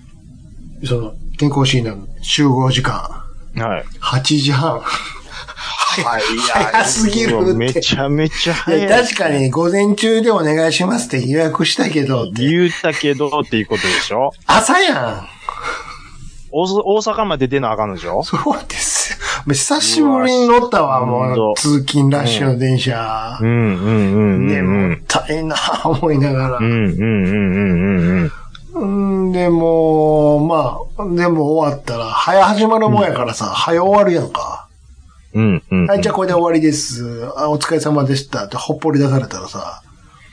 その、健康診断の集合時間、うん。はい。 8時半。早早すぎるうわっめて。ちゃめちゃい早い。や確かに、午前中でお願いしますって予約したけどって、言ったけどっていうことでしょ朝やん大大阪まで出なあかんのでしょそうですよ。もう久しぶりに乗ったわ、うわもう。通勤ラッシュの電車。うんうんうんうね、もんったいなあ思いながら。うん。うんうんうんうんうんうん。うん、でも、まあ、でも終わったら、早始まるもんやからさ、早終わるやんか。うんうんうん。はい、じゃあこれで終わりです。あ、お疲れ様でしたってほっぽり出されたらさ、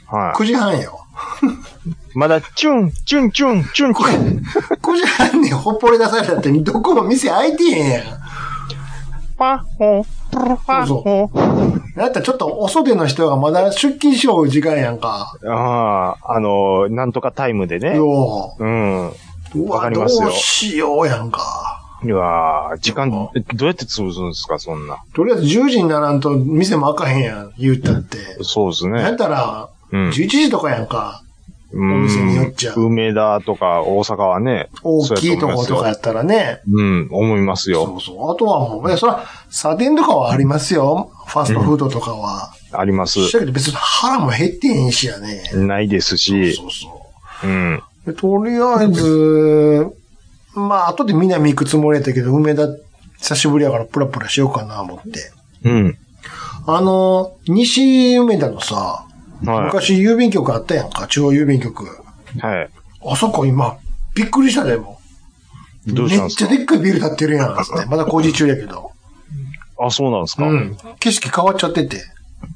は9時半よ。 い。まだ、チュン、チュン、チュン、チュン、チュン、 9時半にほっぽり出されたって、どこも店開いてへんやん。パッホー、プルパッホー。だったらちょっとお袖の人がまだ出勤しよう時間やんか。ああ、あのー、なんとかタイムでね。ようん。う。うわかわ、りどますようしようやんか。いやー時間、どうやって潰すんですか、そんな。とりあえず10時にならんと店も開かへんやん、言うたって。そうですなんやねっ。たら、うん。 11時とかやんか。うん店によっちゃ梅田とか大阪はね。大きいとことかそうや思いまやったらね。すよ。うん、思いますよ。そうそう。あとはもう、ね、そら、サテンとかはありますよ。ファストフードとかは。あります。だけど別に腹も減ってへんしやね。ないですし。そうそうん。う。でとりあえず、まあ、後で南行くつもりやったけど、梅田、久しぶりやからプラプラしようかな、思って。うん。あの、西梅田のさ、は昔郵便局あったやんか、中央郵便局。い。はい。あそこ今、びっくりしたで、もう。どうしたんめでっすちかゃでっかいビル建ってるやん、つ って。まだ工事中やけど。あ、そうなんですか。うん。景色変わっちゃってて。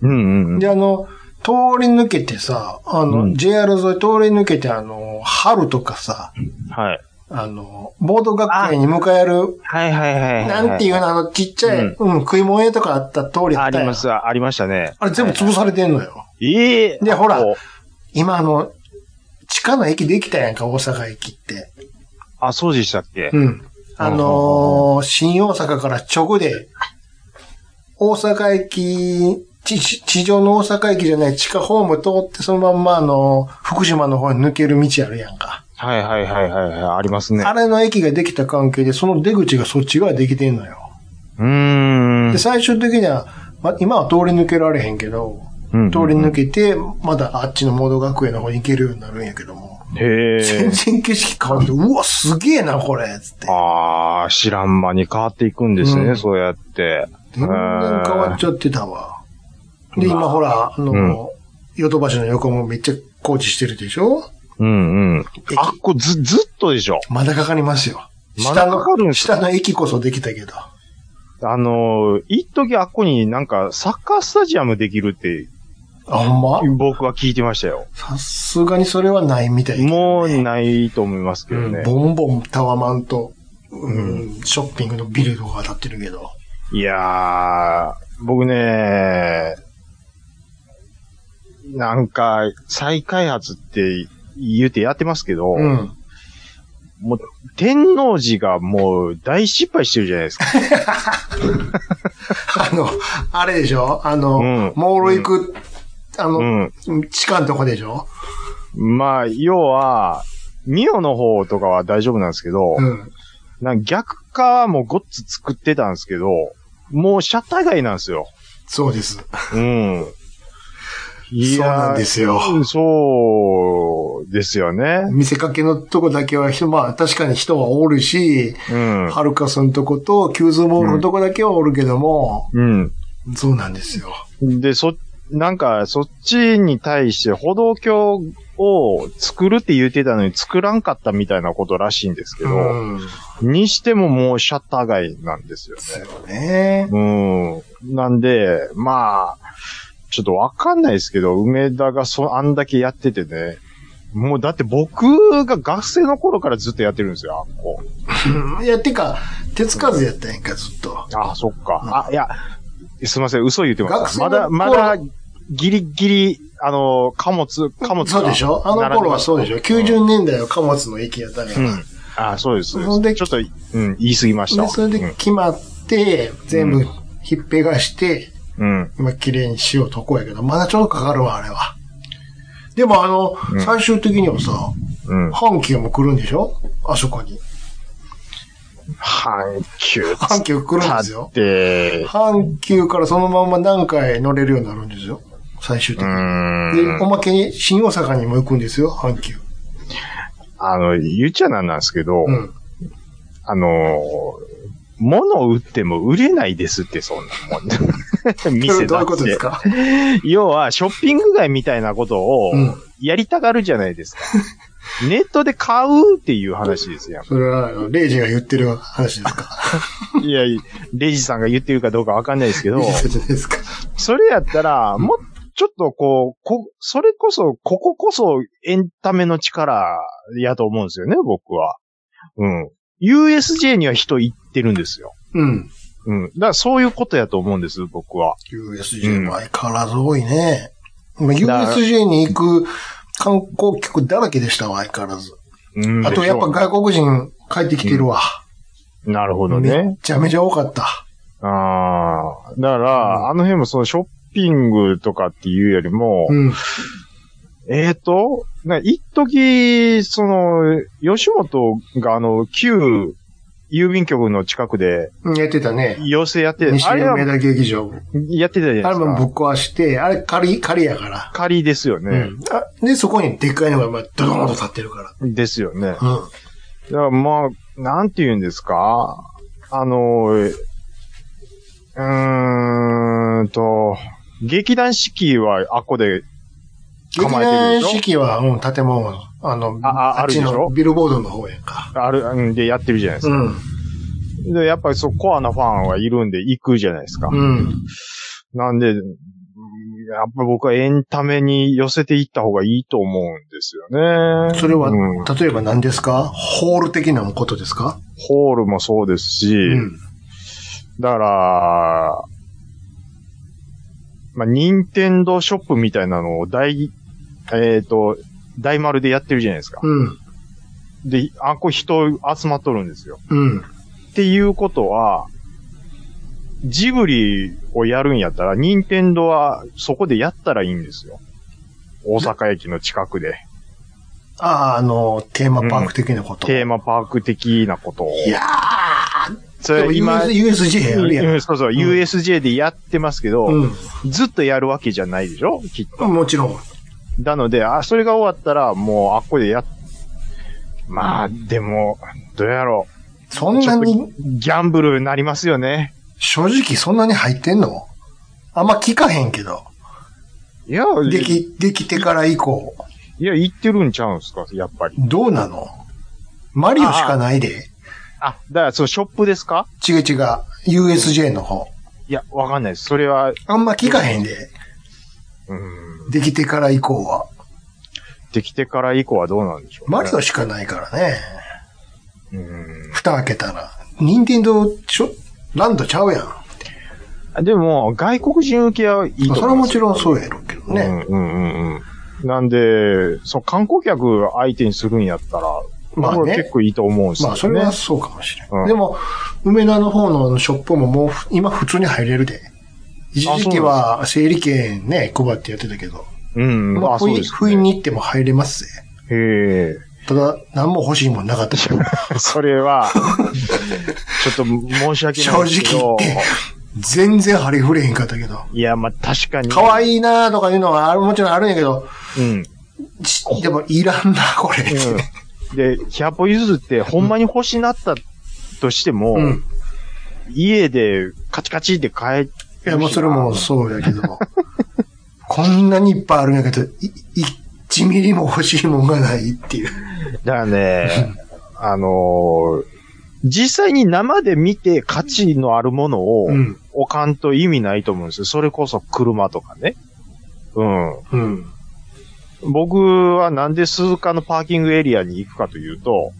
うんうん。で、あの、通り抜けてさ、あの、うん JR 沿い通り抜けて、あの、春とかさ、はい。あの、ボード学園に迎える、はいはいはいはい。なんていうの、あの、ちっちゃい、ううんん、食い物屋とかあった通りやあったりやんます、ありましたね。あれ全部潰されてんのよ。ええでほらこう今、あの、地下の駅できたやんか、大阪駅って。あ、そうでしたっけうん。あのー新大阪から直で、大阪駅、地地上の大阪駅じゃない地下ホーム通ってそのまんまあの、福島の方に抜ける道あるやんか。はいはいはいはいはい、ありますね。あれの駅ができた関係で、その出口がそっち側にできてんのよ。うーん。で、最終的には、ま、今は通り抜けられへんけど、うん通り抜けて、まだあっちのモード学園の方に行けるようになるんやけども、へ全え。然景色変わって、うわ、すげえな、これつって。ああ、知らん間に変わっていくんですね、うんそうやって。全然変わっちゃってたわ。で、今ほら、あの、うんヨドバシの横もめっちゃ工事してるでしょうんうん。駅あっこず、ずっとでしょ。まだかかりますよ。まだ下かかるんの、すか下の駅こそできたけど。あのー、一時あっこになんかサッカースタジアムできるってあ、ほんま僕は聞いてましたよ。さすがにそれはないみたい。もうないと思いますけうどんね。ボンボンタワマンと、うん、ショッピングのビルとか当たってるけど。いやー、僕ねなんか、再開発って言うてやってますけど、うん。 もう、天王寺がもう大失敗してるじゃないですか。あの、あれでしょあの、うんモール行く、あの、うん。地下のとこでしょまあ、要は、ミオの方とかは大丈夫なんですけど、うん。なんか逆化はもうごっつ作ってたんですけど、もうシャッター街なんですよ。そうです。うん。いそうなやんですよ。ー、そうですよね。見せかけのとこだけは人、まあ確かに人はおるし、うん。ハルカスのとこと、キューズモールのとこだけはおるけども、うん。そうなんですよ。で、そ、なんか、そっちに対して歩道橋を作るって言ってたのに作らんかったみたいなことらしいんですけうど、ん。でにしてももうシャッター街なんですよ。すよね。うん。なんで、まあ、ちょっとわかんないですけど、梅田がそ、あんだけやっててね、もうだって僕が学生の頃からずっとやってるんですよ、あっこ。うんいや、てか、手つかずやったやんか、ずっと。ああ、そっか。あ、いや、すみません、嘘言ってま学す。生まのだ、頃まだ、ギリギリ、あの、貨物、貨物がそうでしょあの頃はそうでしょ並ん ?90 年代は貨物の駅やったから。まうん。ああ、そうです。そうほんでですちょっと、うん、言い過ぎましたわ。で、それで決まって、全部ひっぺがして、うん。うん今綺麗にしようとこやけど、まだちょっとかかるわ、あれは。でもあの、うん最終的にはさ、うん。阪急も来るんでしょあそこに。阪急。阪急来るんですよって、阪急からそのまんま何回乗れるようになるんですよ。最終う的に。ーで、おん。まけに新大阪にも行くんですよ、阪急。あの、言っちゃなんなんですけど、うん。あのー、物を売っても売れないですって、そん なもん。 店だって。どういうことですか 要は、ショッピング街みたいなことをうん、やりたがるじゃないですか。 ネットで買うっていう話ですやん。それは、あのレイジが言ってる話ですかいや、レイジさんが言ってるかどうかわかんないですけどレイ、ジさんじゃないですか。それやったら、もう、ちょっとこう、こ、それこそ、こここそエンタメの力やと思うんですよね、僕は。うん。USJ には人行ってるんですよ。 うん。うん。だからそういうことやと思うんです、僕は。 USJ も相変わらず多いね。今 USJ に行く観光客だらけでしたわ、相変わらず。うん。あとやっぱ外国人帰ってきてるわ。国。なるほどね。めっちゃめちゃ多かった。ああ、だから、うんあの辺もそのショッピングとかっていうよりも、うん。えっ、ー、と、な一時その、吉本があの、旧郵便局の近くで、やってたね。寄せやって、西あれは梅田劇場。やってたじゃないですあか。れもぶっ壊して、あれ仮、仮やから。仮ですよね。うんあで、そこにでっかいのが今、ドドーンと立ってるかですよね。ら。うん。だからまあ、なんて言うんですかあの、えうーんと、劇団四季はあっこで劇構えてるで団しょ四季は、うん、建物の、あの、あああるでしょっちのビルボードの方やんか。ある、んでやってるじゃないですか。うん。で、やっぱりそう、コアなファンはいるんで行くじゃないですか。うん。なんで、うんやっぱ僕はエンタメに寄せていった方がいいと思うんですよね。それは、うん例えば何ですかホール的なことですかホールもそうですし、うん。だから、まあ、任天堂ショップみたいなのを大、えっ、と、大丸でやってるじゃないですか。うん。で、あ、これ人集まっとるんですよ。うん。っていうことは、ジブリをやるんやったら、任天堂はそこでやったらいいんですよ。大阪駅の近くで。ああ、あの、テーマパーク的なこと。テーマパーク的なことを。いやーそでもれ今、 US USJ やるや。うんんそうそう、ん USJ でやってますけど、うずっとやるわけじゃないでしょきっと。ん。もちろん。なので、あ、それが終わったら、もう、あっこでやっ、まあ、でも、どうやろそ。うんちなょっとに、ギャンブルになりますよね。正直そんなに入ってんのあんま聞かへんけど。いや、でき、できてから以降。いや、言ってるんちゃうんすか、やっぱり。どうなのマリオしかないで。あ、だから、そのショップですか違う違う。USJ の方。いや、わかんないです。それは、うあんま聞かへんで。ーん、できてから以降は。できてから以降はどうなんでしょう、ね。マリオしかないからね。うーん蓋開けたら。任天堂ちょ、ランドちゃうやん。あでも、外国人受けはいいと思います。それはもちろんそうやろうけどね。。うんうんうんうん。なんで、そう、観光客相手にするんやったら、まあね僕は結構いいと思うんですよね。まあ、それはそうかもしれん。うんでも、梅田の方のショップももう、今普通に入れるで。一時期は整理券ね、配ってやってたけど。うん、ままあ、あそ不う意です、ね。不意に行っても入れますぜ。へただ、何も欲しいもんなかったし。 え。それは、ちょっと申し訳ないですけ正ど。直言って全然張り触れへんかったけど。いや、まあ確かに。可い。愛いなとかいうのはあるもちろんあるんやけど、うん。ちでもいらんな、これ。で、100歩譲って、ほんまに欲しなったとしても、うん。家でカチカチって買えいや、もうそれもそうやけど。こんなにいっぱいあるんやけど、い1ミリも欲しいもんがないっていう。だからね、あのー実際に生で見て価値のあるものをうん。置かんと意味ないと思うんですよ。それこそ車とかね。うん。うん。僕はなんで鈴鹿のパーキングエリアに行くかというと、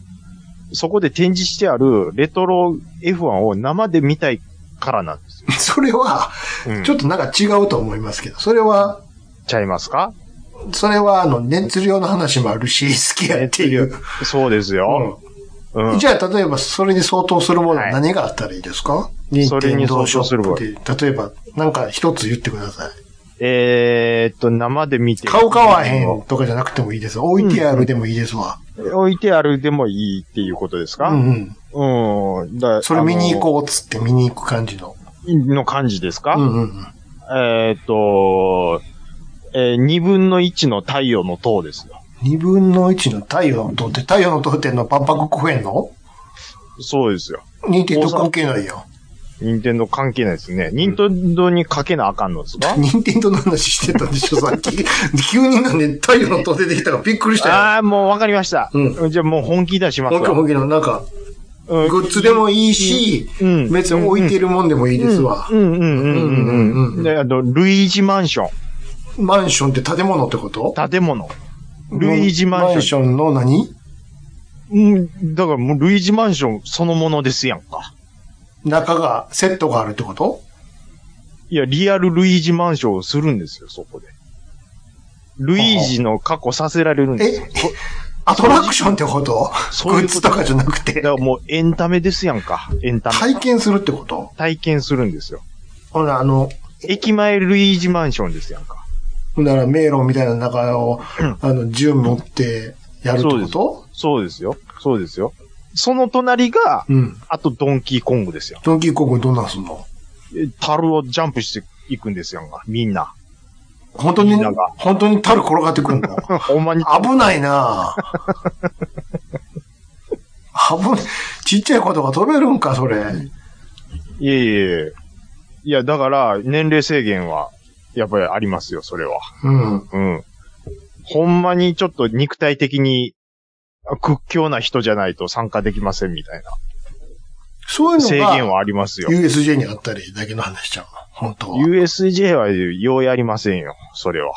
そこで展示してあるレトロ F1 を生で見たいからなんですよ。それは、うん、ちょっとなんか違うと思いますけど、それは、ちゃいますかそれはあの、熱量の話もあるし、好きやっていう。そうですよ。うん。じゃあ、例えば、それに相当するもの、はい何があったらいいですかそれに相当するものの。例えば、なんか一つ言ってください。えーっと、生で見て。買う買わへんとかじゃなくてもいいです。置いてあるでもいいですわ。置いてあるでもいいっていうことですうかんうん。うん。だそれ見に行こうっつって見に行く感じの。あのの感じですか、うんうんうん。えーっと、え2分の1の太陽の塔ですよ。二分の一の太陽の塔って、太陽の塔っての万博公園のそうですよ。認定と関係ないよ。任天堂関係ないですね。任天堂にかけなあかんのですか、任天堂の話してたでしょ、さっき。 急になんで太陽の塔出てきたからびっくりしたよ。ああ、もうわかりました。うじゃあもう本気出します本気わ。本気の、なんか、うんグッズでもいいし、うん別に置いてるもんでもいいですわう。んうんうんうんうんうんう。うんんで、あと、ルイージマンショマンションって建物ってことン、建物。ルイージマンション。マンションの何うん、だからもうルイージマンションそのものですやんか。中が、セットがあるってこといや、リアルルイージマンションをするんですよ、そこで。ルイージの過去させられるんですよ。えアトラクションってことそうグいうッことズとかじゃなくてだか。らもうエンタメですやんか。エンタメ。体験するってこと体験するんですよ。ほら、あの、駅前ルイージマンションですやんか。ほんなら迷路みたいな中をうん、あの、銃持ってやるってことそうですよ。そうですよ。その隣が、うん。あとドンキーコングですよ。ドンキーコングどんなんすんのえ樽をジャンプしていくんですよ、みんな。本当にみんなが、本当に樽転がってくるのほんまに、危ないなぁ危ない。ちっちゃい子とか飛べるんか、それ。いえいえいえ。いや、だから、年齢制限は、やっぱりありますよ、それは。うん。うん。ほんまにちょっと肉体的にあ屈強な人じゃないと参加できませんみたいそうないう制限のが、はありますよ。 USJ にあったりだけの話ちゃうの本当は。 USJ はようやりませんよ、それは。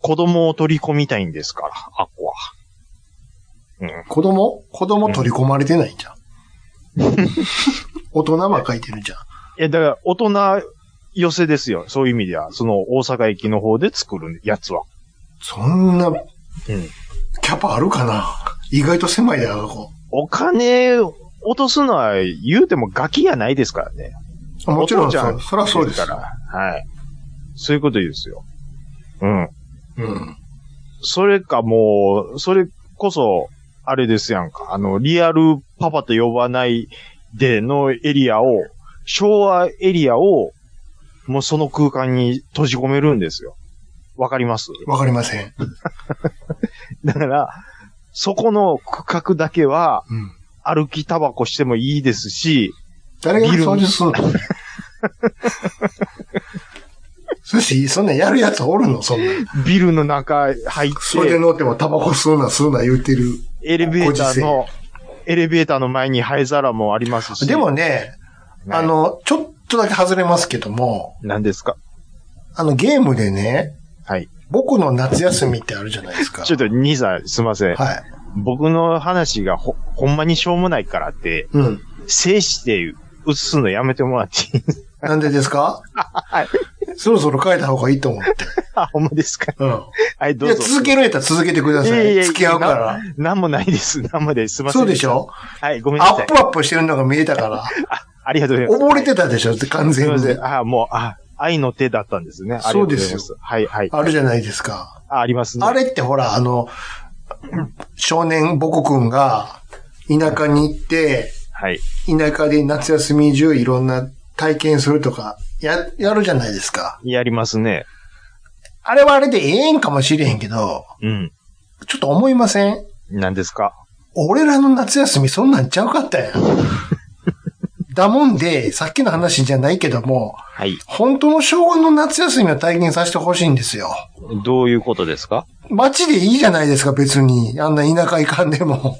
子供を取り込みたいんですから、あっこは。子供子供取り込まれてないんじゃん。大人は書いてるじゃん。いや、だから、大人寄せですよ。そういう意味では。その、大阪駅の方で作るやつは。そんな、うん。キャパあるかな意外と狭いだよ、ここ。お金落とすのは、言うてもガキやないですからね。もちろんお父ちゃそんう、そりゃそうですから。はい。そういうことですよ。うん。うん。それかもう、それこそ、あれですやんか。あの、リアルパパと呼ばないでのエリアを、昭和エリアを、もうその空間に閉じ込めるんですよ。わかります わかりません。だから、そこの区画だけはうん。歩きタバコしてもいいですし、誰が掃除するのそして、そんなんやるやつおるのそんなん。ビルの中入っそれでて、乗ってもタバコ吸うな、吸うな言うてる。エレベーターの、エレベーターの前に灰皿もありますし。でもね、はい、あの、ちょっとだけ外れますけども、何ですかあの、ゲームでね、はい。僕の夏休みってあるじゃないですか。ちょっと、兄さん、すいません。はい。僕の話がほ、ほんまにしょうもないからって、うん。制して映すのやめてもらっていいなんでですかいそろそろ変えた方がいいと思って。あ、 ほんまですかうん。はい、どいうや、ぞ。続けるんやったら続けてくださいやいやいやい。付き合うかなんもないです。なんもです。すいまら。せん。そうでしょはい、ごめんなアッさいプ。アップしてるのが見えたから。ありがとうございます。溺れてたでしょって完すい全まにせ。ん。あもう、あ、愛の手だったんですね。ありがとございまそ。はい、はい。あるじゃないですか。あ、ありますね。あれってほら、あの、少年ボコ君が田舎に行って、はい。田舎で夏休み中いろんな体験するとか、や、やるじゃないですか。やりますね。あれはあれでええんかもしれへんけど、うん。ちょっと思いません何ですか俺らの夏休みそんなんちゃうかったやん。だもんで、さっきの話じゃないけども、はい。本当の将軍の夏休みを体験させてほしいんですよ。どういうことですか街でいいじゃないですか、別に。あんな田舎行かんでも。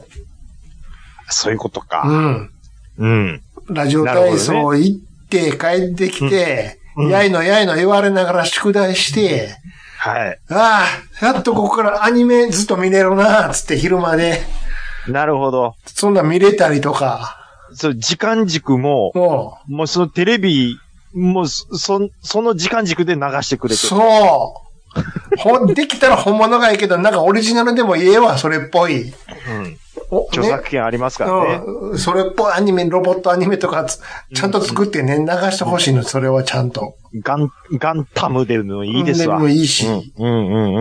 そういうことうか。ん。うん。ラジオ体操行って、帰ってきて、うんうんやいのやいの言われながら宿題して、はい。ああ、やっとここからアニメずっと見れるな、つって昼まで。なるほど。そんなん見れたりとか。そう、時間軸も、ももうそのテレビ、もうそ、そその時間軸で流してくう、れてる。そう。ほ、できたら本物がいいけど、なんかオリジナルでもええわ、それっぽい。うん。お著作権ありますからね。うん。それっぽいアニメ、ロボットアニメとかつ、ちゃんと作ってね、流してほしいの、それはちゃんと。ガン、ガンタムでもいいですわ。でもいいし、うんうんうんう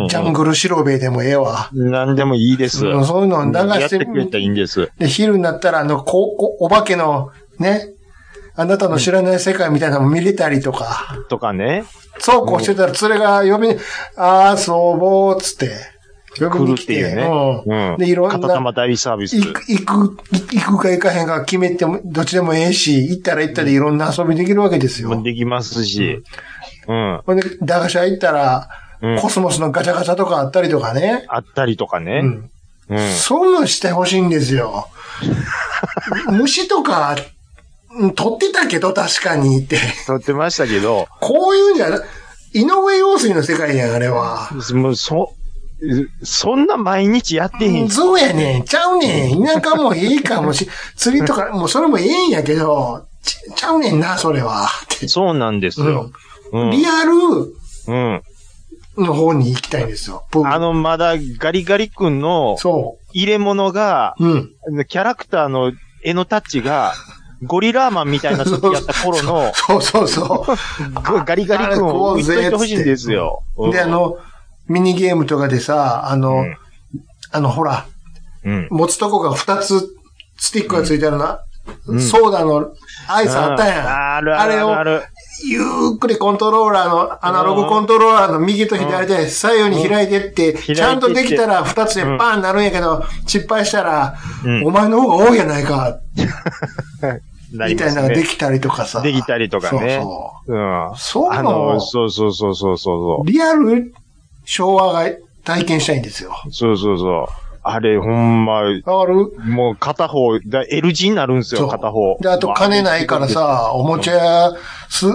んうん。ジャングルしろべえでもええわ。なんでもいいです。うんそういうのを流やっしててくれたらいいんです。で、昼になったら、あの、こう、こうお化けの、ね、あなたの知らない世界みたいなのも見れたりとか、とかね。そうこうしてたら、連れが呼びに、あー、そうぼう、つって、呼び来にる来ってて、いうね。で、いろん片な玉、大サービス。行く、行く、行くか行かへんか決めても、どっちでもええし、行ったら行ったでいろんな遊びできるわけですよ。もできますし。うん。ほんで、駄菓子屋行ったら、うんコスモスのガチャガチャとかあったりとかね。あったりとかねう。ん。うん。そういうのしてほしいんですよ。 虫とか、うん取ってたけど確かにって。撮ってましたけど、こういうんじゃな、井上陽水の世界やん、あれは。もうそ、そんな毎日やってへんしそうやねん、ちゃうねん。田舎もいいかも し、釣りとか、もうそれもええんやけど、ちちゃうねんな、それは。ってそうなんですよ。うん。リアルうん。の方に行きたいんですよ。僕あの、まだガリガリ君のそ入れ物が、う。うん。キャラクターの絵のタッチが、ゴリラーマンみたいな時やった頃の、そうそうそう。ガリガリ君を置いといてほしいんですよ。うんで、あ、の、ミニゲームとかでさ、あの、うんあの、ほら、うん。持つとこが2つスティックがついてあるな。うんソーダのアイスあったやん。ああるああれるあをる。ゆっくりコントローラーの、アナログコントローラーの右と左で左右に開いてって、てってちゃんとできたら2つでうんバーンなるんやけど、失敗したら、うんお前の方が多いやないか、なりみたまいすなのがでねきたりとかさ。できたりとかね。そううん。そう。そういあうのの、をそうそうそうそうそリアル昭和が体験したいんですよ。う。そうそうそう。あれ、ほんま、わかるもう片方、だ L 字になるんでそすよ、う片方。で、あと金ないからさ、おもちゃ屋、す、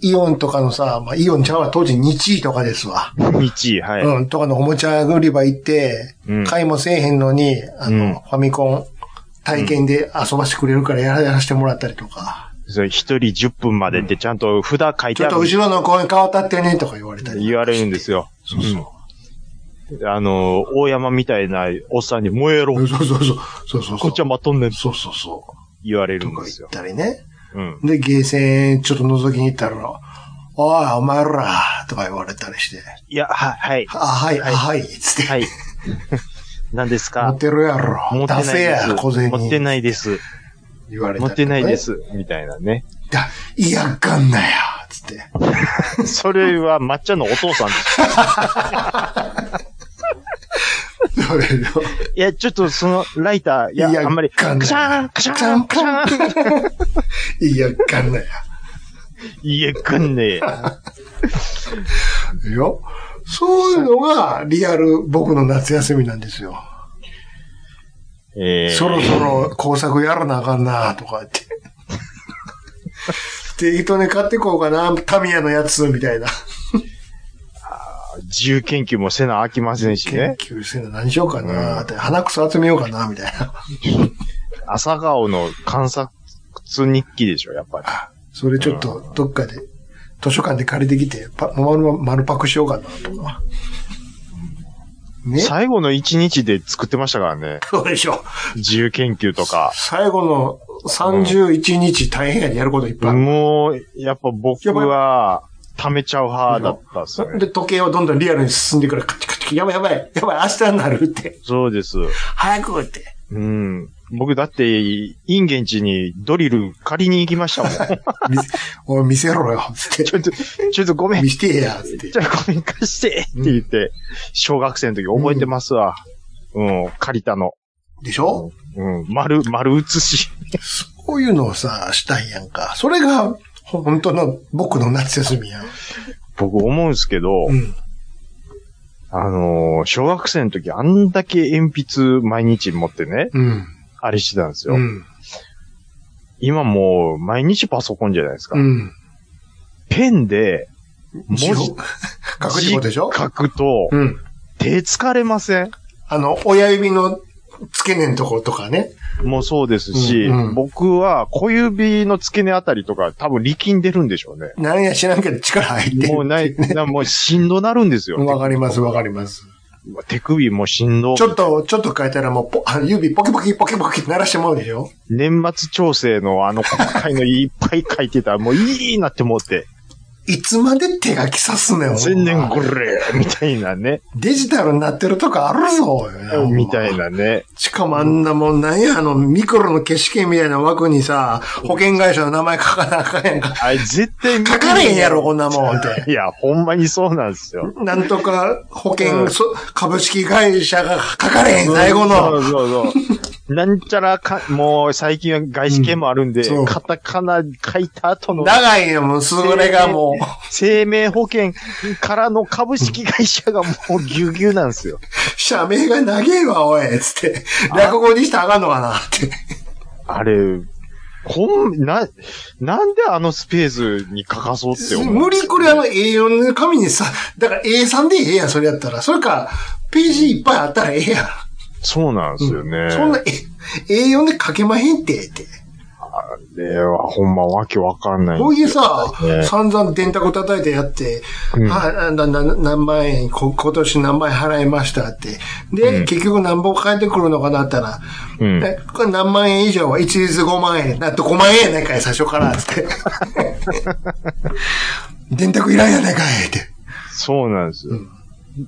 イオンとかのさ、まあ、イオンちゃうわ、当時日位とかですわ。道、はい。うん、とかのおもちゃ売り場行って、うん買いもせえへんのに、あの、うんファミコン体験で遊ばしてくれるからやらやらしてもらったりとか、それ一人10分までってちゃんと札書いちてょっあとる。後ろの公園川立ってねとか言われたり。言われるんですよ。そうそう。あの、大山みたいなおっさんに燃えろ。そうそうそう。そうそうそう。こっちは待っとんねん。そうそうそう。言われるとんかです言よっ。たりね。うん。で、ゲーセンちょっと覗きに行ったら、おい、お前ら、とか言われたりして、いや、は、はい。あ、はい、あ、はい、つって。はい。何です持かってるや持ろ。ってない出せでや、す。小銭。持ってないです。言われた持りとかねってないで。す。みたいなね。だいや、かんなよ、つって。それは抹茶のお父さんです。そうだよいや、ちょっとそのライター、いや、いやあんまり、ガンガンカシャーン、カシャーン、カシャーン。いや、かんなよ。いや、くん ねえ。いいよ。そういうのが、リアル、僕の夏休みなんですよ。えーそろそろ工作やらなあかんなあとかって。 適当に買ってこうかな、タミヤのやつ、みたいな。自由研究もせなあきませんし研ね。究してんの何しようかなって、鼻くそ集めようかな、みたいな。朝顔の観察日記でしょ、やっぱり。それちょっと、どっかで、図書館で借りてきて、パ丸々丸パクしようかな、とか。ね最後の一日で作ってましたからね。そうでしょ。自由研究とか。最後の31日大変やでやることいっぱいある。もう、やっぱ僕は、貯めちゃう派だったっすね。で、時計はどんどんリアルに進んでいくから、カチカチカチ、やばいやばい、やばい、明日になるって。そうです。早くって。うん。僕だって、インゲンチにドリル借りに行きましたもん。見せおい、見せろよ、つっちて。ょっと、ちょっとごめん見。してや、つってじ。ゃあごめん貸してって言って、小学生の時覚えてますわ。うん、借りたの。でしょうん、丸、丸写し。こういうのをさ、したいやんか。それが、本当の僕の夏休みやん。僕思うんですけど、うん。あのー小学生の時あんだけ鉛筆毎日持ってね、うん。あれしてたんですよ。うん。今もう毎日パソコンじゃないですか。うん。ペンで文字字を書くってことでしょ書くとうん。手疲れませんあの、親指の付け根のところとかね。もうそうですし、うんうん僕は小指の付け根あたりとか多分力んでるんでしょうね。何や知らんけど力入ってるもうない、なもうしんどなるんですよ。わかります、わかります。手首もしんど。ちょっと、ちょっと変えたらもうポ、あ指ポキポキポキポキ鳴らしてもらうでしょ年末調整のあの細かいのいっぱい書いてたらもういいなって 思って。いつまで手書きさすねん、ほん千ま年これみたいなね。デジタルになってるとこあるぞ、みたいな。なね。しかもあんなもん、なんや、あの、ミクロの消し券みたいな枠にさ、保険会社の名前書かなあかんやんか。あれ絶対見て書かれへんやろ、こんなもんって。 いや、ほんまにそうなんですよ。なんとか保う険、んそ株式会社が書かれへん、 最後そのう。そうそう。なんちゃらか、もう最近は外資系もあるんで、うんそうカタカナ書いた後の長いよ、もう、それがもう。生命保険からの株式会社がもうギュギュなんですよ。社名が長えわ、おい、つって。落語にしたらあかんのかな、って。あれ、ほん、な、なんであのスペースに書かそうって思う無理これあの A4 の紙にさ、だから A3 でええやん、それやったら。それか、ページいっぱいあったらええやん。そうなんですよね。そんな、え A4 で書けまへんって、って。あれはほんまわけわかんない。こういうさ、ね散々電卓叩いてやって、うんあなな何万円こ、今年何万円払いましたって。で、うん結局何本返ってくるのかなったら、うん。えこれ何万円以上は一律5万円、なんと5万円やないかい、最初から、つ って。電卓いらんやないかい、って。そうなんですよ。うん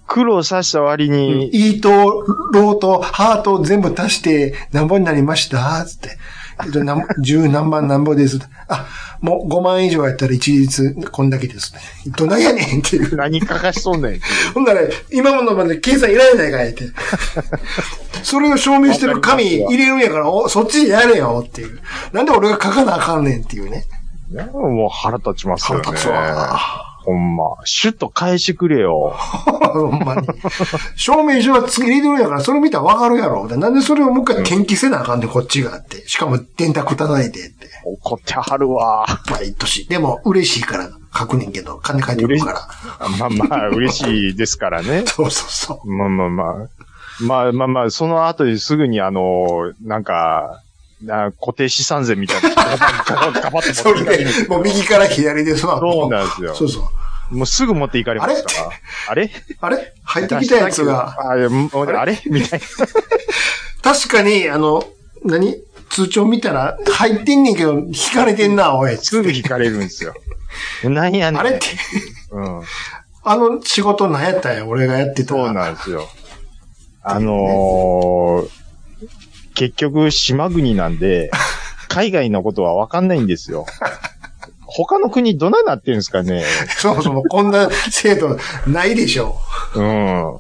苦労させた割に、イート、ローとハートを全部足して何本になりましたつって。えっと、なん十何万何本です。あ、もう5万以上やったら一律こんだけです。どないやねんっていう。何書かしそうねん。ほんなら、今ものまで計算いられないからって。それを証明してる紙入れるんやから、お、そっちでやれよっていう。なんで俺が書かなあかんねんっていうね。なんか もう腹立ちますよね。腹立つわほんま。シュッと返してくれ よ。ほんまに。証明書は次入れてるんやから、それ見たらわかるやろ。なんでそれをもう一回転記せなあかんねん、こっちがって。しかも電卓叩いてって。怒ってはるわ。毎年。でも、嬉しいから書くねんけど、金返ってくるから。まあまあ、嬉しいですからね。そうそうそまあまあまあ。まあまあまあ、その後にすぐにあの、なんか、な固定資産税みたいなのガバガバっう。てそ持ってれいかれるで、もう右から左でさ、そうなんですよそうそう。もうすぐ持っていかれましたから。あれあれ入ってきたやつが、。あいやもうあれみたい確かに、あの、何通帳見たら、入ってんねんけど、引かれてんな、おい。な。すぐ引かれるんですよ。なんやねん。あれって、うん。あの仕事何やったんや、俺がやってた。そうなんですよ。あのー、結局、島国なん で、海外のことはわかんないんですよ。他の国どないなってるんですかね。そもそもこんな制度ないでしょ。うん。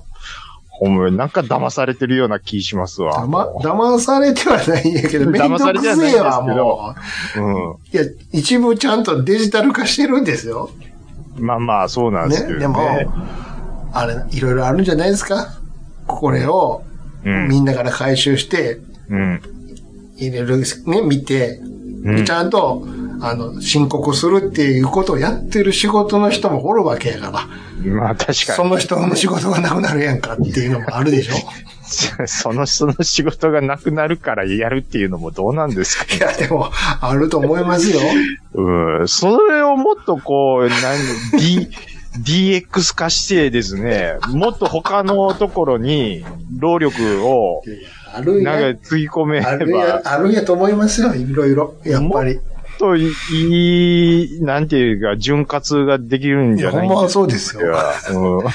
ほんま、なんか騙されてるような気しますわ。だま、騙されてはないんや けど、めんどくせえわ、もうん。う。いや、一部ちゃんとデジタル化してるんですよ。まあまあ、そうなんですけね。どね。でも、あれ、いろいろあるんじゃないですかこれを、うんみんなから回収して、うん。いろいろね、見て、うんちゃんと、あの、申告するっていうことをやってる仕事の人もおるわけやから、まあ確かその人の仕事がなくなるやんかっていうのもあるで しょ。に、その人の仕事がなくなるからやるっていうのもどうなんですかいや、でも、あると思いますよ。うん。それをもっとこう、なん、D、DX 化してですね、もっと他のところに労力を、あるんや。なんかつぎ込めあれるんやば、、あるんやと思いますよ。いろいろ。やっぱり。といい、なんていうか、潤滑ができるんいじや、ゃほなんいまはそうですよ。ですか。うん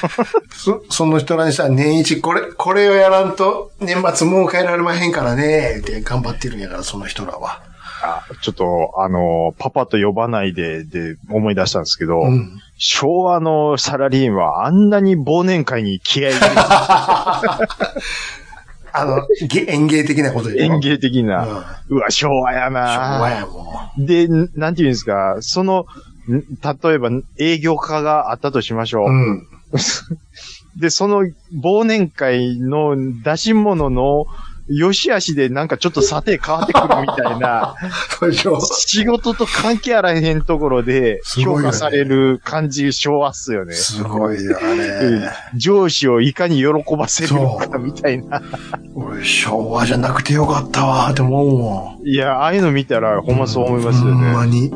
そその人らにしたら年一これ、これをやらんと年末もう帰られまへんからね、って頑張ってるんやから、その人らは。あちょっと、あの、パパと呼ばないで、で、思い出したんですけど、うん。昭和のサラリーマンはあんなに忘年会に気合い入れてあの、げ園芸的なことでしょ園芸的うん。な。昭うわ、昭和やな和やもで、なんていうんですか、その、ん例えば営業課があったとしましょう。うう。ん。 で、その忘年会の出し物の良し悪しでなんかちょっと査定変わってくるみた いな、そうでしょ。仕事と関係あらへんところですご評いよね価される感じ昭和っすよね。すごいよ、あうんれ。上司をいかに喜ばせるのかみたいな。俺、昭和じゃなくてよかったわーって思うもん。いや、ああいうの見たらほんまそう思いますほよんまね。に。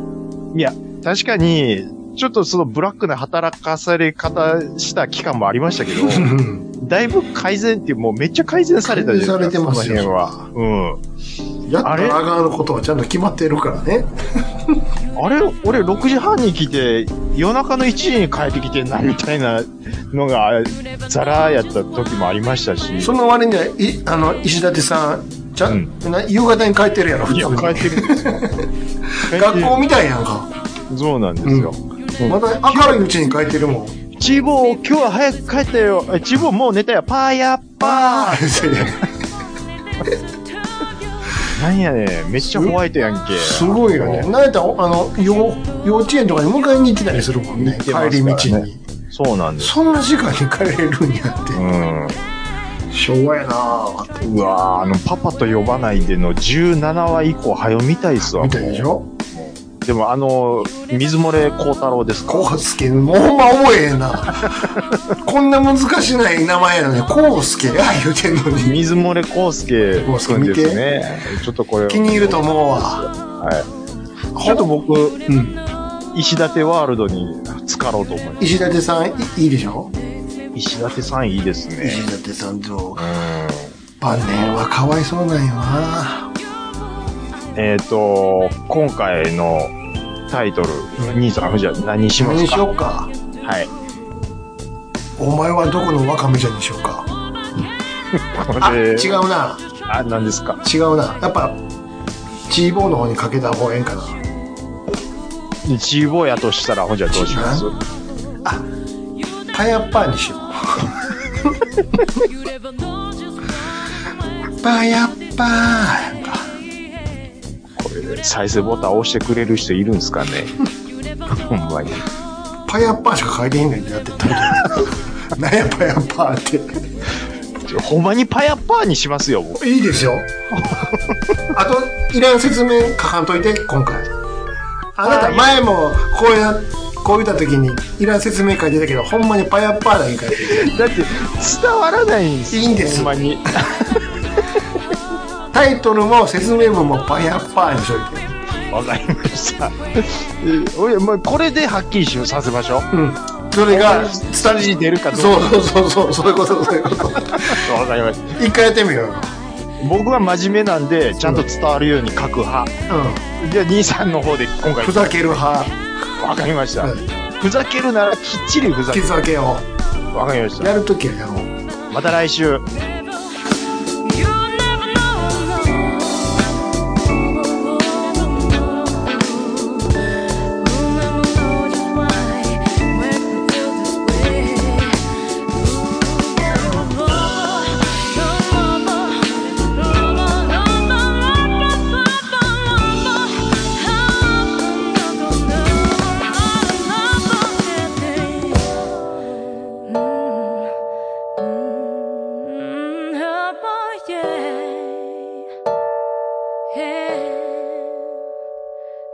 確かに、ちょっとそのブラックな働かされ方した期間もありましたけど、 うんだいぶ改善っていう、もうめっちゃ改善されたじゃないですか。改善されてますよその辺は。やったら上がることはちゃんと決まってるからね。うん。あれ、俺6時半に来て、夜中の1時に帰ってきてんな、みたいなのが、ザラやった時もありましたし。その割には、い、あの、石立さん、ちゃ、、うんな夕方に帰ってるやろ、普いや、帰通に。ってるんですよ。 学校みたいやんか。そうなんですよ。うんまだ明るいうちに帰ってるもん。チーボー、今日は早く帰ったよ。えチーボー、もう寝たよ。パーやっぱああ、そうやー。なんやねんめっちゃホワイトやんけ。すごいよね。なんやったら、あの、幼幼稚園とかに迎えに行ってたりするもんね。てますからね帰り道に。そうなんです。そんな時間に帰れるんやってう。ん。昭和やなぁ、うわーあの、パパと呼ばないでの17話以降、はよ見たいっすわ。みたいでしょでも、あの、水漏れ孝太郎ですかコウスケ、もうほんま覚えへんな。 こんな難しない名前やのに、コウスケや言うてんのに。水漏れ孝介くんですね。ちょっとこれ、気に入ると思うわ。ちょっと僕、うん。石立ワールドに浸かろうと思いま石立さん、いいいでしょす。石立さんいいですね。石立さんとう、ん。晩年はかわいそうなんよなえっ、と、今回のタイトル、兄さん、じゃあ何しま何すにしかようか。はい。お前はどこのワカメちゃんにしようか。こあ、れ、違。うな。あ、何ですか違うな。やっぱ、チーボーの方にかけた方がええんかな。チーボーやとしたら、ほんじゃどうします違パイアッパーにし よう。パイアッパーやんか。再生ボタン押してくれる人いるんですか ねほんまに。パイアッパーしか書いてへんねんってやってた なんやパイアッパーっちょほんまにパヤッパーにしますよ、僕。ていいです よあといらん説明書かんといて今回あなた前もこうやこう言った時にいらん説明書いてたけどほんまにパイアッパーだけ書いてるだって、伝わらないんですよいいんですほんまに。タイトルも説明文もパイアッパーにしといてわかりました。えおいもうこれではっきりしさせましょう。うんそれがスタジに出るかどうか。そうそうそうそうそういうことそういうことわかりました。一回やってみようよ僕は真面目なんで、ちゃんと伝わるように書く派。うじゃあ、兄さんの方で今ん回ふ、ざける派わかりましたうん。ふざけるならきっちりふざけ気る。づけをわかりました。やるときはやろうまた来週。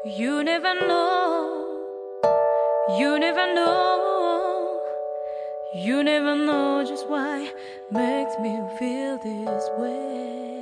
You never know. You never know. You never know just why makes me feel this way.